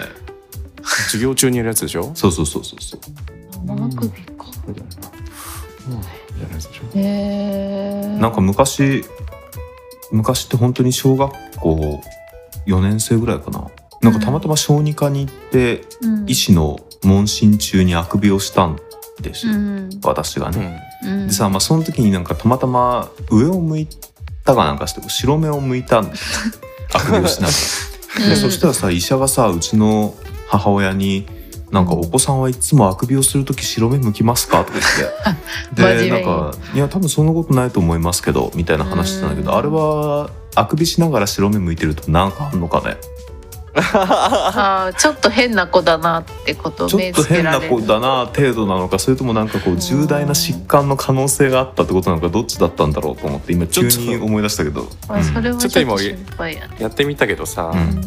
B: 授業中にやるやつでしょ
C: そうそうそうそうそう。
D: 生首か
B: そうじゃないかうんやるやつでしょ
D: へえ
C: なんか昔。昔って本当に小学校。4年生ぐらいかな。なんかたまたま小児科に行って、医師の問診中にあくびをしたんですよ、
D: うん
C: 私が
B: う
C: ね。
B: ん
D: うん
C: でさ、まあ、その時になんかたまたま上を向いたかなんかして後ろ目を向いたん ですよあくびをしながら。
D: う
C: で
D: ん
C: そしたらさ医者がさうちの母親に「なんかお子さんはいつもあくびをする時白目向きますか?」とか言ってで
D: 真面
C: な
D: 目
C: ん
D: に
C: か「いや多分そんなことないと思いますけど」みたいな話してたんだけ
D: う
C: ど
D: ん
C: あれはあくびしながら白目向いてるとなんかあんのかね
D: あーちょっと変な子だなってこと
C: ちょっと変な子だな程度なのかそれともなんかこう重大な疾患の可能性があったってことなのかどっちだったんだろうと思って今急
B: ち
C: に
B: ょっと
C: 思い出したけど、
D: あそれは
B: ち
D: ち
B: ょっと
D: ょっ
B: 今
D: と心配やね
B: やってみたけどさ、
C: うん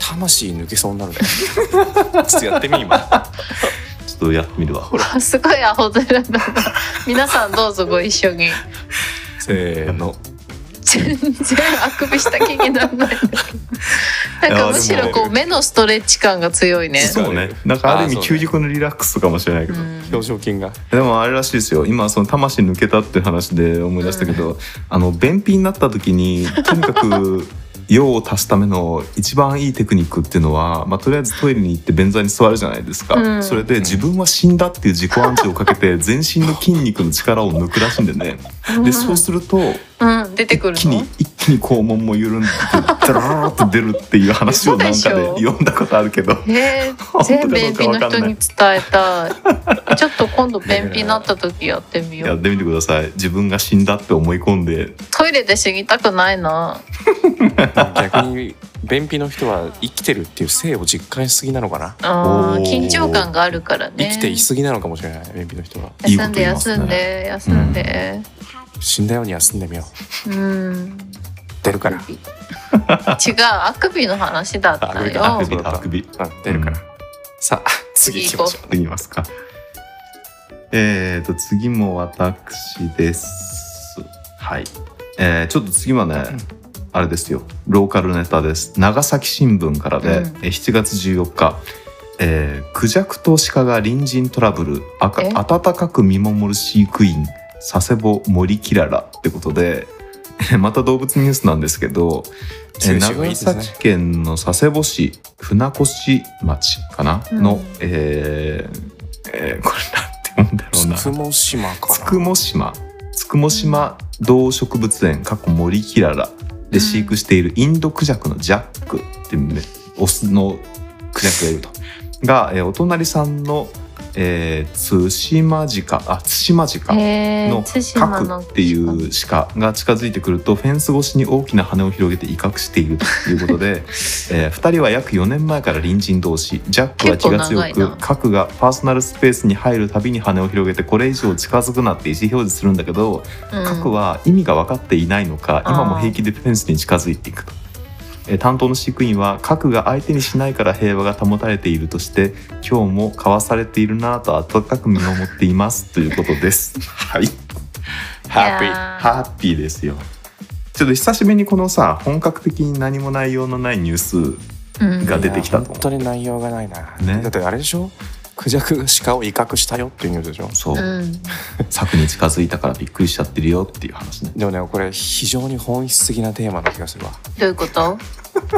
B: 魂抜けそうになるね ちょっとやってみ今
C: ちょっとやってみるわ
D: あすごいアホだな 皆さんどうぞご一緒に
B: せーの
D: 全然あくびした気にならないなん
C: いや
D: かむしろ
C: で
D: こ
C: も
D: う目のストレッチ感が強いね
C: そうねなんかある意味
B: あそう
C: 究
B: ね
C: 極のリラックスかもしれないけ
D: う
C: ど、
D: ん
B: 表情筋が
C: でもあれらしいですよ今その魂抜けたって話で思い出したけど、あの便秘になった時にとにかく 用を足すための一番いいテクニックっていうのは、まあ、とりあえずトイレに行って便座に座るじゃないですか、
D: うん
C: それで自分は死んだっていう自己暗示をかけて全身の筋肉の力を抜くらしいんでねでそうすると
D: うん出てくる
C: 一気
D: の
C: に一気に肛門も緩んでダラーっと出るっていう話をなんか
D: 嘘
C: で
D: でしょ
C: 読んだことあるけど
D: え
C: 本当か
D: ー、全便秘の人に伝えたいちょっと今度便秘になった時やってみよ
C: やっ
D: う
C: てみてください自分が死んだって思い込んで
D: トイレで死にたくないな
B: 逆に便秘の人は生きてるっていう性を実感しすぎなのかな
D: あー
C: おー
D: 緊張感があるからね
B: 生きていすぎなのかもしれない便秘の人は。
C: いいこと
D: 休んで
C: 言いますね
D: 休んで休んで、
B: 死んだように休んでみよう
D: うん
B: 出るから
D: 違うあくびの話だった
B: あくび
C: あ
B: だ
D: よ
C: くびだあくび
B: うん出るから、
C: う
B: さあ 次行きましょう
C: できますか。えー、と、次も私です。はい。えーちょっと次はね、あれですよ、ローカルネタです。長崎新聞からで、
D: うん
C: えー7月14日、えー、クジャクと鹿が隣人トラブル、あか
D: え
C: 温かく見守る飼育員、佐世保森キララってことで、えーまた動物ニュースなんですけど、え
B: 九
C: ー
B: 州はいいで
C: 長
B: すね
C: 崎県の佐世保市船越町かな、
D: うん
C: の、えーえーこれなんて言うんだ
B: つ
C: ろう
B: くも島か
C: な
B: な
C: つくも島つくも島動植物園過去森キララで飼育しているインドクジャクのジャックっていうねオスのクジャクがいると。が、えーお隣さんの、えー、対馬鹿あ対馬鹿
D: へ
C: の
D: ー対馬
C: 核
D: の
C: っていう鹿が近づいてくるとフェンス越しに大きな羽を広げて威嚇しているということ で、え2人は約4年前から隣人同士ジャックは気が強
D: 結構長い
C: く
D: な
C: 核がパーソナルスペースに入るたびに羽を広げてこれ以上近づくなって意思表示するんだけど、
D: うん
C: 核は意味が分かっていないのか今も平気でフェンスに近づいていくと。えー担当の飼育員は核が相手にしないから平和が保たれているとして今日も交わされているなぁと温かく見守っていますということ です。はい
B: ハッピ
D: い
B: ー
D: やー
C: ハッピーですよ。ちょっと久しぶりにこのさ本格的に何も内容のないニュー
D: うん
C: が出てきたと思う
B: 本当に内容がないな、
C: ね
B: だってあれでしょクジャクが鹿を威嚇したよっていうニュースでしょ
C: スそう、
D: うん
C: 柵に近づいたからびっくりしちゃってるよっていう話ね
B: でもねこれ非常に本質的なテーマな気が するわ
D: どういうこと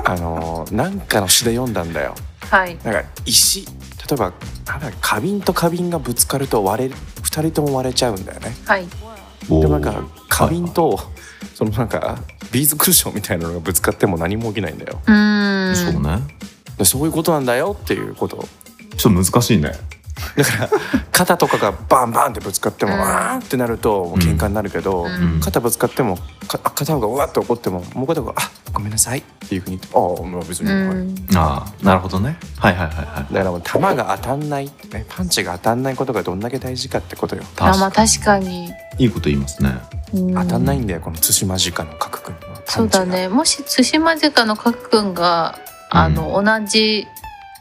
B: あのーなんかの詩で読んだんだよ
D: はい
B: なんか石例えばなんだ花瓶と花瓶がぶつかると割れる2人とも割れちゃうんだよね
D: はい
C: お
B: で
C: ー
B: もなんか花瓶と、そのなんかビーズクッションみたいなのがぶつかっても何も起きないんだよ
D: うーん
C: そうね
B: でそういうことなんだよっていうこと
C: ちょっと難しいね
B: 肩とかがバンバンってぶつかっても
D: うん
B: わーってなるともう喧嘩になるけど、
D: うん
B: 肩ぶつかってもか片方がうわって怒ってももう片方が「あごめんなさい」っていうふうに言って「ああまあ別に、
D: うん
C: ああなるほどねはいはいはいはい
B: だからもう球が当たんない、ね、パンチが当たんないことがどんだけ大事かってことよ
D: あまあ
C: 確か
D: 確かに、
C: にいいこと言いますね
D: うん
B: 当たんないんだよこの対馬鹿の角君は
D: そうだねもし対馬鹿の角くんがあの、同じ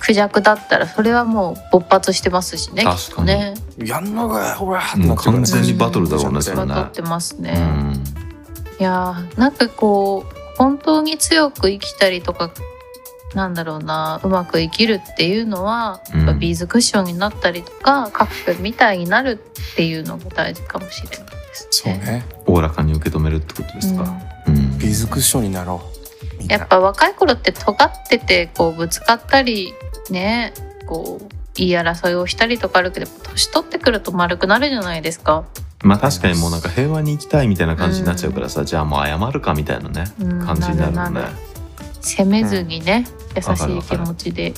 D: クジャクだったらそれはもう勃発してますしね
C: 確かに
D: きっとね
B: パンチがやんのがほら
C: もう完全
D: にバトルだ
C: ろうねそ
D: そ
C: れ
D: れ
C: ね
D: は立ってます
C: う
D: ね、
C: ん
D: いやーなんかこう本当に強く生きたりとかなんだろうなうまく生きるっていうのは、
C: うん
D: やっぱビーズクッションになったりとかカップみたいになるっていうのも大事かもしれないです
B: そう
D: ね。
B: ね
C: おおらかに受け止めるってことですか、うん
B: ビーズクッションになろうみんな
D: やっぱ若い頃って尖っててこうぶつかったりねこう言い争いをしたりとかあるけど年取ってくると丸くなるじゃないですか。
C: まあ確かにもうなんか平和に行きたいみたいな感じになっちゃうからさ、じゃあもう謝るかみたいなね
D: うん
C: 感じになるよ
D: な
C: ね
D: るなる責めずにね、優
C: わかる
D: し
C: わ
D: い
C: か
D: 気
C: る
D: 持ちでい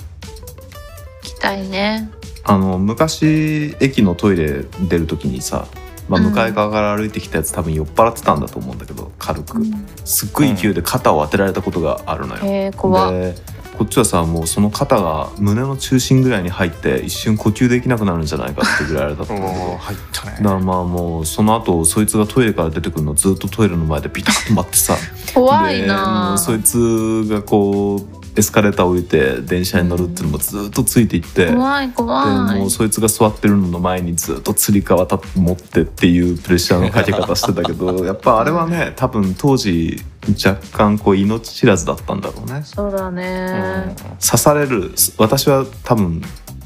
D: きたいね。
C: あの昔駅のトイレ出る時にさ、まあ、
D: うん
C: 向かい側から歩いてきたやつ、多分酔っ払ってたんだと思うんだけど軽く、すっごい勢いで肩を当てられたことがあるのよ。
D: えー、怖っ
C: でこっちはさもうその肩が胸の中心ぐらいに入って一瞬呼吸できなくなるんじゃないかってぐらいあれ だったんだけ
B: お
C: ど
B: お。入った
C: だか
B: ね
C: らまあもうその後そいつがトイレから出てくるのずっとトイレの前でピタッと待ってさ
D: 怖い
C: でも
D: な
C: うそいつがこうエスカレーター降りて電車に乗るっていうのもずっとついていって、
D: 怖い怖
C: でもう
D: い
C: そいつが座ってるのの前にずっとつり革立って持ってっていうプレッシャーのかけ方してたけどやっぱあれはね多分当時若干こう命知らずだったんだろうね
D: そうだね、
C: 刺される私は多分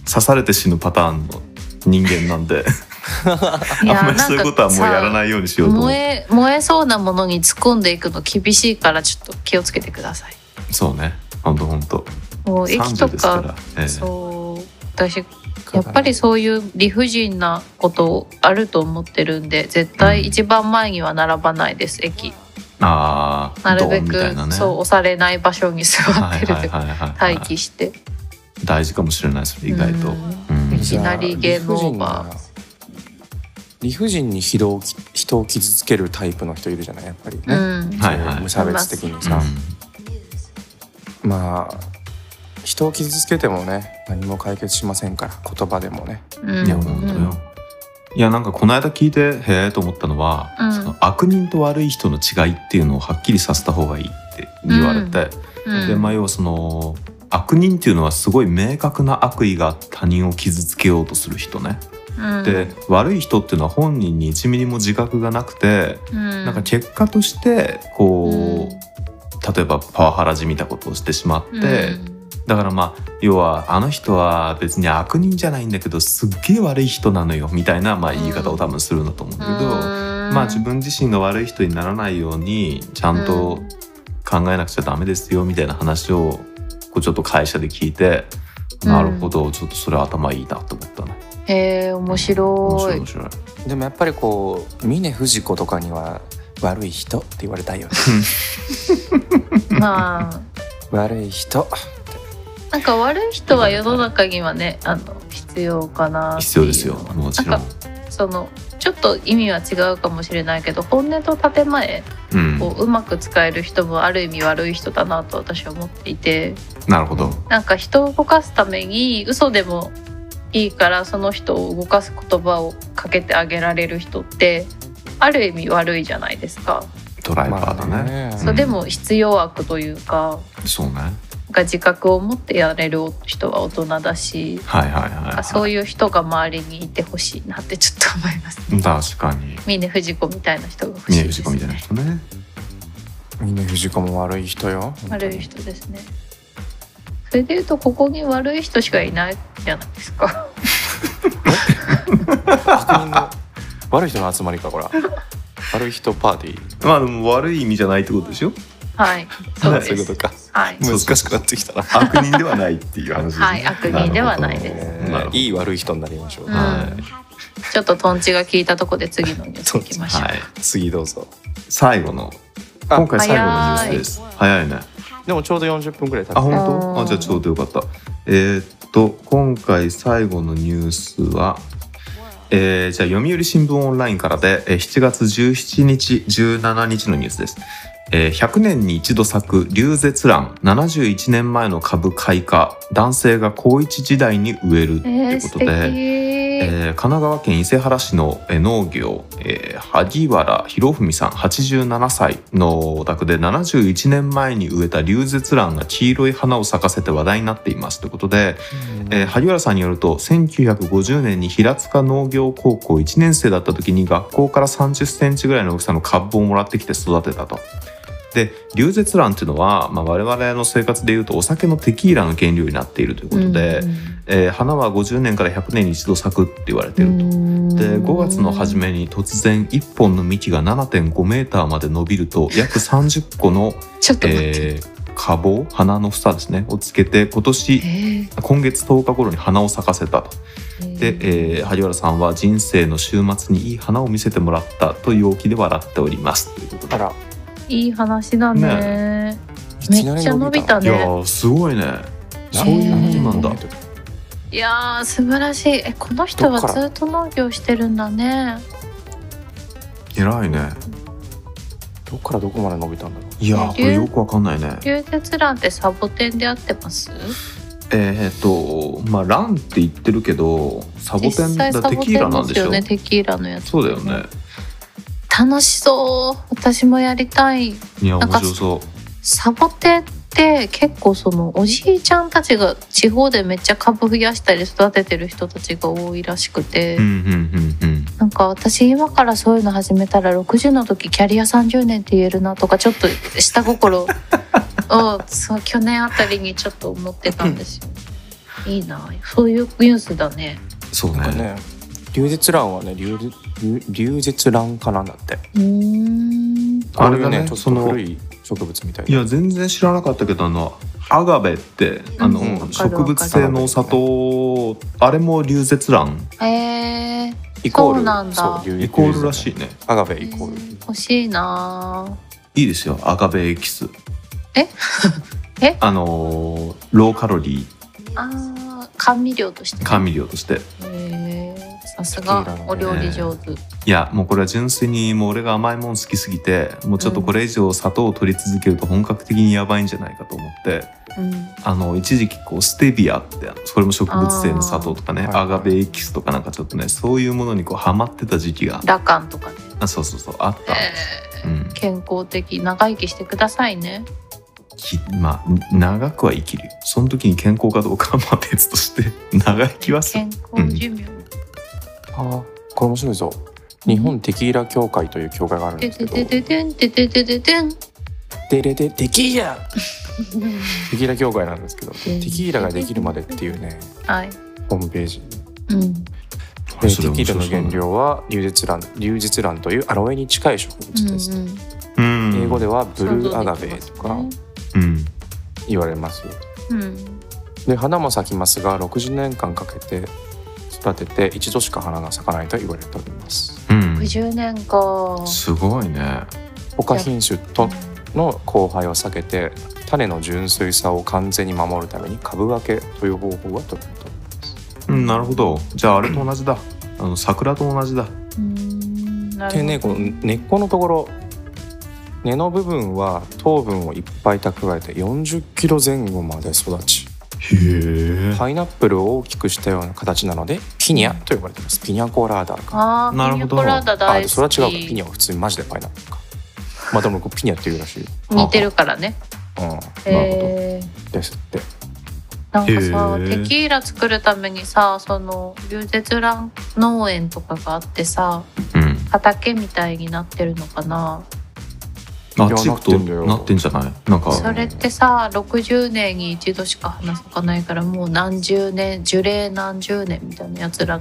C: 刺されて死ぬパターンの人間なんであん
D: いや
C: まりそういうことはもうやら
D: い
C: ないようにしようと思う
D: 燃え燃えそうなものに突っ込んでいくの厳しいからちょっと気をつけてください
C: そうねほんとほんと
D: もう駅と
C: 30ですか、
D: から
C: ええ
D: そう私やっぱりそういう理不尽なことあると思ってるんで絶対一番前には並ばないです駅
C: ああ
D: なるべ
C: ドンみ
D: く
C: たいなね
D: そう押されない場所に座
C: は
D: っ
C: い
D: てる
C: はいはいはい、
D: 待機して
C: 大事かもしれないそれ意外と
D: う。ん
C: うん
D: いきなりゲームオーバ
B: ー理不尽に人をき人を傷つけるタイプの人いるじゃないやっぱりね、
D: うん
C: はいはい
B: 無差別的にさ、まあ人を傷つけてもね何も解決しませんから言葉でもね
D: うん
C: いや、本当よ。いやなんかこの間聞いてへえと思ったのは、
D: うん
C: その悪人と悪い人の違いっていうのをはっきりさせた方がいいって言われて、
D: うん
C: でまあ要はその悪人っていうのはすごい明確な悪意があって他人を傷つけようとする人ね。
D: うん
C: で悪い人っていうのは本人に1ミリも自覚がなくて、
D: うん
C: なんか結果としてこう、
D: うん
C: 例えばパワハラじみたことをしてしまって、
D: うん
C: だからまあ要はあの人は別に悪人じゃないんだけどすっげえ悪い人なのよみたいなまあ
D: うん
C: 言い方を多分するんだと思うんだけど、
D: うん
C: まあ自分自身が悪い人にならないようにちゃんと考えなくちゃダメですよみたいな話をこうちょっと会社で聞いて、
D: うん
C: なるほどちょっとそれ頭いいなと思ったね。
D: へえ面
C: 面
D: 白
C: 白い
D: い
C: 面白い。
B: でもやっぱりこう峰不二子とかには悪い人って言われたい よね
D: まあ
B: 悪い人
D: なんか悪い人は世の中にはねあの必要かなって
C: 必
D: いう
C: 要ですよもちろ
D: なん
C: ん
D: か。そのちょっと意味は違うかもしれないけど本音と建前
C: うん、
D: をうまく使える人もある意味悪い人だなと私は思っていて
C: なるほど。
D: なんか人を動かすために嘘でもいいからその人を動かす言葉をかけてあげられる人ってある意味悪いじゃないですか、
C: ドライバーだね。
B: まあね
D: そうでも必要悪というか
C: そうね。
D: が自覚を持ってやれる人は大人だし
C: はいはいはい、は
D: あ
C: い。
D: そういう人が周りにいてほしいなってちょっと思います。
C: 確かに。
D: 峰不二子みたいな人が欲し
C: 峰
D: いで
C: 藤
D: す
C: 子みたいな
D: ね。
C: 人ね。
B: 峰不二子も悪い人よ
D: 悪い人ですね。それで言うとここに悪い人しかいないじゃないですか。
B: 悪人 の悪い人の集まりか こら悪い人パーティー
C: まあでも悪い意味じゃないってことでしょ
D: はい、そう
B: そう
D: で
B: いうこ
D: す
B: と。か
D: はい、
B: 難しくなってきたな
C: 悪人ではないっていう話です、ね。
D: はい悪人ではないです
C: なるほどなるほど
B: いい悪い人になりましょう、
D: うん
C: はい
D: ちょっとトンチが効いたとこで次のニュース行きましょう。
C: はい。
B: 次どうぞ
C: 最後の。
B: あ
C: 今回最後のニュースです。早いね。
B: でもちょうど40分くらい経
C: あ、
B: っ
C: 本
B: て
C: 当。
D: あー
C: あ、じゃあちょうどよかった。えーっと、今回最後のニュースは、えーじゃあ読売新聞オンラインからで、えー7月17日、17日のニュースです。えー100年に一度咲く流絶蘭71年前の株開花男性が高一時代に植えると
D: え
C: い
D: ー、
C: うこ
D: 素
C: と
D: 敵
C: で、。えー神奈川県伊勢原市のえー農業、えー萩原博文さん87歳のお宅で71年前に植えた龍舌蘭が黄色い花を咲かせて話題になっていますということで、えー萩原さんによると1950年に平塚農業高校1年生だった時に学校から3 0センチぐらいの大きさの株をもらってきて育てたと。で龍舌蘭っていうのは、まあ、我々の生活でいうとお酒のテキーラの原料になっているということで。えー花は50年から100年に一度咲くって言われてると。で5月の初めに突然1本の幹が7.5メーターまで伸びると約30個の、
D: ちょっと待って。
C: えー、花房花の房ですねをつけて今年
D: え
C: 今月10日頃に花を咲かせたと。
D: ー
C: で、えー萩原さんは人生の週末にいい花を見せてもらったという陽気で笑っておりますということで
B: あら
D: いい話だね
C: ね
B: い
D: め
B: きな
D: っ
B: り
D: ちゃ伸びた
C: いや
D: ね。
C: ーすごいねそういうことなんだ、
D: いやー素晴らしい。えこの人は
B: どっから
D: ずっと農業してるんだね。
C: 偉いね
B: どっからどこまで伸びたんだろう
C: いやーこれよくわかんないね
D: 流鉄蘭ってサボテンで合ってます
C: えー、とまあランって言ってるけどサボ
D: 実
C: テンだ
D: 際サボ
C: テ
D: テ
C: キーラ
D: ン
C: なん
D: で
C: ですしょ
D: よねテキーラのやつ
C: そうだよね
D: 楽しそう私もやりたい
C: いや
D: な
C: 面
D: んか
C: 白そ
D: サボテンって結構そのおじいちゃんたちが地方でめっちゃ株増やしたり育ててる人たちが多いらしくて、
C: ううんうんうんうん
D: なんか私今からそういうの始めたら60の時キャリア30年って言えるなとかちょっと 下心をそう去年あたりにちょっと思ってたんですよ。いいなそういうニュースだね。
C: そうね
B: なんかね流絶蘭はね流絶流流絶蘭科なんだって
D: うーん
C: あれだ
B: こ
C: ね
B: ういうちょっ
C: そ
B: と
C: の
B: 古い植物みたい
C: い
B: な
C: や全然知らなかったけどあのアガベってあの、
B: うん
C: 植物性のお砂糖あれも流舌蘭
D: えー、
B: イコール
D: そうなんだ
B: そう流
C: イコールらしいね
B: アガベイコール
D: 欲しいない
C: いですよアガベエキス
D: え え
C: あのーローカロリー
D: あー甘味料として
C: 甘味料として
D: へーさす
B: テキ
D: が
B: ーラのね
D: お料理上手、
C: いやもうこれは純粋にもう俺が甘いもん好きすぎてもうちょっとこれ以上砂糖を取り続けると本格的にやばいんじゃないかと思って、
D: うん
C: あの一時期こうステビアってそれも植物性の砂糖とかね
B: あー
C: アガベエキスとかなんかちょっとねそういうものにこうハマってた時期が
D: ラカンとかね、
C: あそうそうそうあった、
D: え
C: うん
D: ー健康的長生きしてくださいね
C: きまあ長くは生きるよその時に健康かどうかはまあ別として長生きはする
D: 健康寿命、
B: あーこれ面白いぞ日本テキーラ協会という協会があるん
D: て
B: です
D: て
B: けど
D: てててんてててててん
B: デレデテキーラテキーラ協会なんですけど
D: ん
B: テキーラができるまでっていうね
D: はい
B: ホームページ
D: うん
B: でテ
C: それ
B: キ
C: 面白
B: ー
C: そ
B: ラ
C: うだ
B: の
C: ね
B: 原料はリュウジツランリュウジツランというアロエに近い植物です、
D: うんうん
C: うん
B: 英語ではブルーアガベ
D: 想像で
B: と
D: きま
B: か
D: すね
C: うん
B: 言われますよ
D: うん
B: で花も咲きますが60年間かけて育てて一度しか花が咲かないと言われております
C: うん
D: 60年か
C: すごいね
B: 他品種との交配を避けて種の純粋さを完全に守るために株分けという方法が取られております
C: うんなるほどじゃああれと同じだあの桜と同じだ
D: うんなるほ
B: で
D: ど
B: ねこの根っこのところ根の部分は糖分をいっぱい蓄えて40キロ前後まで育ち
C: へえ
B: パイナップルを大きくしたような形なのでピニャと呼ばれてますピニャコラーダか
D: あー
C: なるほど
D: ピニャコラーダ
B: あ
D: 大好き
B: それは違うかピニャは普通にマジでパイナップルかまあでもこうピニャっていうらしいよ、
D: 似てるからね
B: う
C: なるほど
D: えー
B: ん、ですって
D: なん
C: へ
D: かさ、
C: ー
D: テキーラ作るためにさそのリュウゼツラン農園とかがあってさ
C: うん
D: 畑みたいになってるのかな
C: あ
B: いや
C: チップ
B: なってんだよ
C: となってんじゃないなんか
D: それってさ60年に一度しか花咲かないからもう何十年樹齢何十年みたいなやつら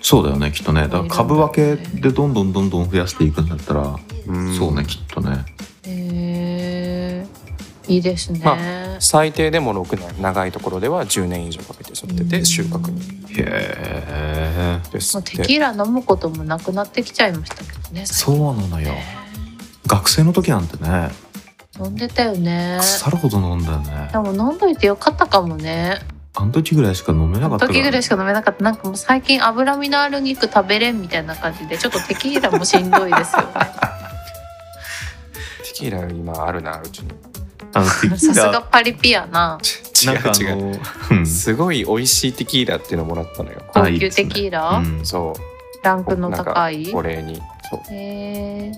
C: そうだよねきっとねだから株分けでどんどんどんどん増やしていくんだったら、そうねきっとね
D: えー、いいですね、
B: ま最低でも6年長いところでは10年以上かけて育てて収穫に
C: へえ
B: です
D: も
B: っ
D: うテ
B: て
D: キーラ飲むこともなくなってきちゃいましたけどね最近
C: そうなのよ学生の時なんてね
D: 飲んでたよね
C: 腐るほど飲んだよね
D: でも飲んどいてよかったかもね
C: あの時ぐらいしか飲めなかったから
D: 時ぐらいしか飲めなかったなんかもう最近脂身のある肉食べれんみたいな感じでちょっとテキーラもしんどいで すよね
B: テキーラ今あるなうちに
C: あのテキ
D: さ
C: ー
D: す
C: ラ
D: がパリピやな
C: なんかあ
B: 違う違う
C: のうん
B: すごい美味しいテキーラっていうのもらったのよ
D: 高
C: あいい
D: 級
C: です
D: テ
C: ね
D: キーラ、
C: うんい
B: そう
D: ランクの高
B: なん
D: い
B: かお礼にそう
D: え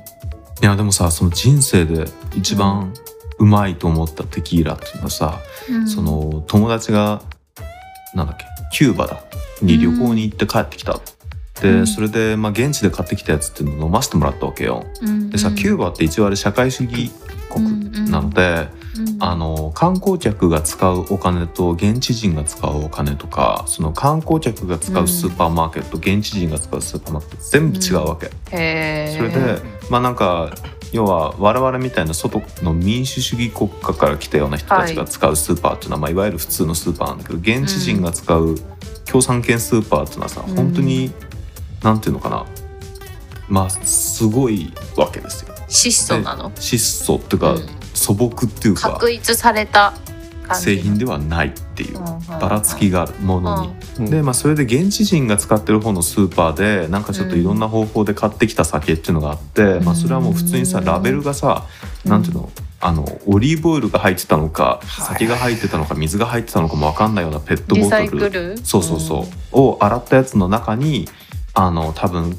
D: ー、
C: やでもさその人生で一番うまいと思ったテキーラっていうのはさ、
D: うん
C: その友達がなんだっけキューバだに旅行に行って帰ってきた、
D: う
C: で
D: ん
C: それで、まあ、現地で買ってきたやつっていうのを飲ませてもらったわけよ
D: うん
C: でさキューバって一応あれ社会主義国なの、で、
D: うんうんうん
C: あの観光客が使うお金と現地人が使うお金とかその観光客が使うスーパーマーケット、現地人が使うスーパーマーケット全部違うわけ、
D: へー
C: それでまあなんか要は我々みたいな外の民主主義国家から来たような人たちが使うスーパーっていうのは、いまあ、いわゆる普通のスーパーなんだけど現地人が使う共産圏スーパーっていうのはさ、
D: うん
C: 本当になんていうのかなまあすごいわけですよ。
D: 質素なの
C: 質素っていうか、
D: うん
C: 素朴っていうか
D: 確立された感じ
C: 製品ではないっていう、ばらつきがあるものに。
D: うん
B: うん
C: でまあ、それで現地人が使ってる方のスーパーでなんかちょっといろんな方法で買ってきた酒っていうのがあって、
D: ん
C: まあ、それはもう普通にさ
D: うん
C: ラベルがさ、
D: うん
C: なんていうのあのオリーブオイルが入ってたのか
B: はい
C: 酒が入ってたのか水が入ってたのかも分かんないようなペット
D: リ
C: ボト
D: サイク
C: ル
D: ル
C: そうそうそう、を洗ったやつの中にあの多分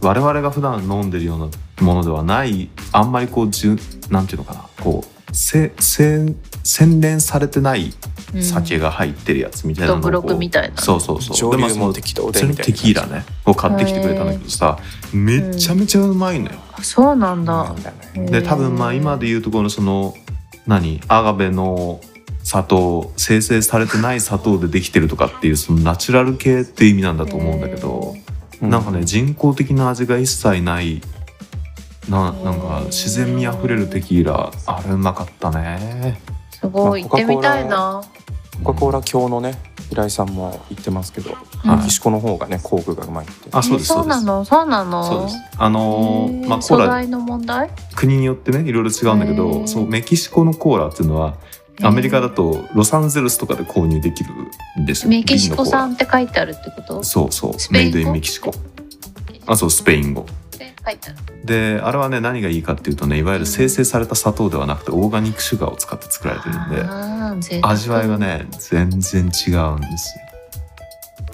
C: 我々が普段飲んでるようなものではないあんまりこうじゅなんていうのかなこうせせ洗練されてない
D: うん
C: 酒が入ってるやつみたいなのをこう
D: ドブロクみたいな
C: そうそうそう
B: 上
C: でまあ
B: 流
C: その
B: も適当で
C: それ
B: み
C: の
B: たいな
C: テキーラねを買ってきてくれたんだけどさめちゃめちゃうまいのよ、
D: あそうなん
B: な
D: だ
B: んだね
C: で多分まあ今で言うとこのその何アガベの砂糖生成されてない砂糖でできてるとかっていうそのナチュラル系っていう意味なんだと思うんだけど、なんかね人工的な味が一切ないななんか自然味あふれるテキーラあれうまかったね
D: すごい
B: まあ
D: 行ってみたいな
B: コカ・コーラ教のね平井さんも言ってますけど、
C: はい
B: メキシコの方がね工具がうまいって
C: あそうです
D: えー
C: そ
D: そうう
C: です
D: なのそうなの
C: そうですあのー
D: へー
C: まあコー
D: 素
C: ラ
D: 材の問題
C: 国によってねいろいろ違うんだけ
D: へ
C: ど
D: ー
C: そうメキシコのコーラっていうのはアメリカだとロサンゼルスとかで購入できるんですよ
D: メキシコ
C: 瓶
D: 産
C: の
D: って書いてあるってこと
C: コーラそうそう
D: スペイ
C: メイ
D: ン語
C: ドインメキシコあそうスペイン語
D: って書いてある
C: であれはね何がいいかっていうとねいわゆる生成された砂糖ではなくてオーガニックシュガーを使って作られてるんで
D: あー贅沢
C: 味わいがね全然違うんです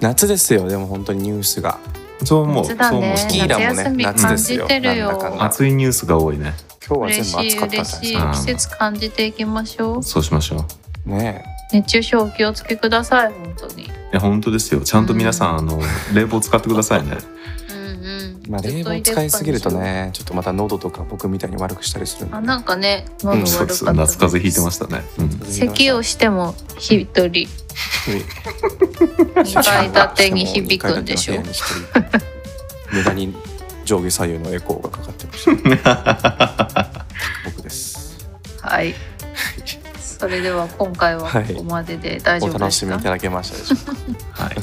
B: 夏ですよでも本当にニュースが
C: よそう思う、
D: 夏だ
C: そう思
D: ね
C: う
B: スキーラもね夏
D: 夏
B: で
D: 休
B: す
D: み
B: よ
D: 感じてるよ
B: なんだかんだ
C: 熱いニュースが多いね
B: 今日は
D: 嬉し
B: 全部
D: い
B: 暑かったん
D: 嬉
B: じゃないで
D: し
B: す
D: い
B: か
D: 季節感じていきましょう
C: そうしましょう
B: ね
D: 熱中症お気をつけください本当に
C: いや本当ですよちゃんと皆さん、 あの冷房使ってくださいね
D: うんうん
B: まあ
D: ず
B: 冷
D: っと
B: 房
D: 入れっぱ
B: 使い
D: にしよう
B: すぎるとねちょっとまた喉とか僕みたいに悪くしたりするんで
D: あなんかね喉
B: うん
D: 悪
C: そ
D: か
C: う
D: った
C: そう夏風邪ひいてましたね、うん
D: 咳をしても一人2階建てに響くんでしょう
B: 二階建ての部屋に一人無駄に上下左右のエコーがかかってま した僕です
D: はいそれでは今回はここまでで 大丈
B: お
D: 夫で
B: 楽
D: す
B: し
D: か、
B: みいただけましたでしょうか
C: はい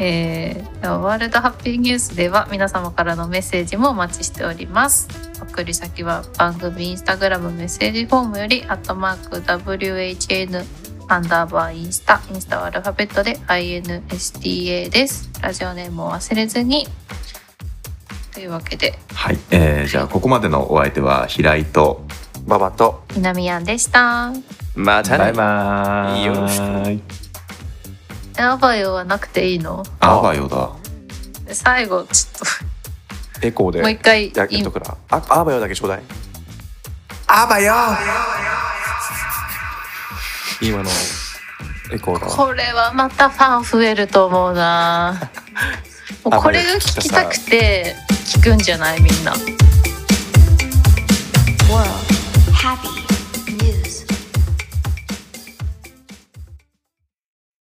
D: えーではワールドハッピーニュースでは皆様からのメッセージもお待ちしております送り先は番組インスタグラムメッセージフォームより「アットマーク #WHN」アンダーバーインスタインスタはアルファベットで INSTA ですラジオネームを忘れずにというわけで
C: はい、えーじゃあここまでのお相手は平井と
B: ババと
D: 南やんでした
B: またね
C: バイバーイ
B: よろし
D: えアバヨはなくていいの
C: あばよだ
D: 最後ちょ
B: エコー
D: っと
B: で
D: もう一回
B: や
D: い
B: っとくからああばよだけちょうだいあばよ今のエコーが
D: これはまたファン増えると思うなもうこれが聞きたくて聞くんじゃないみんな。わあ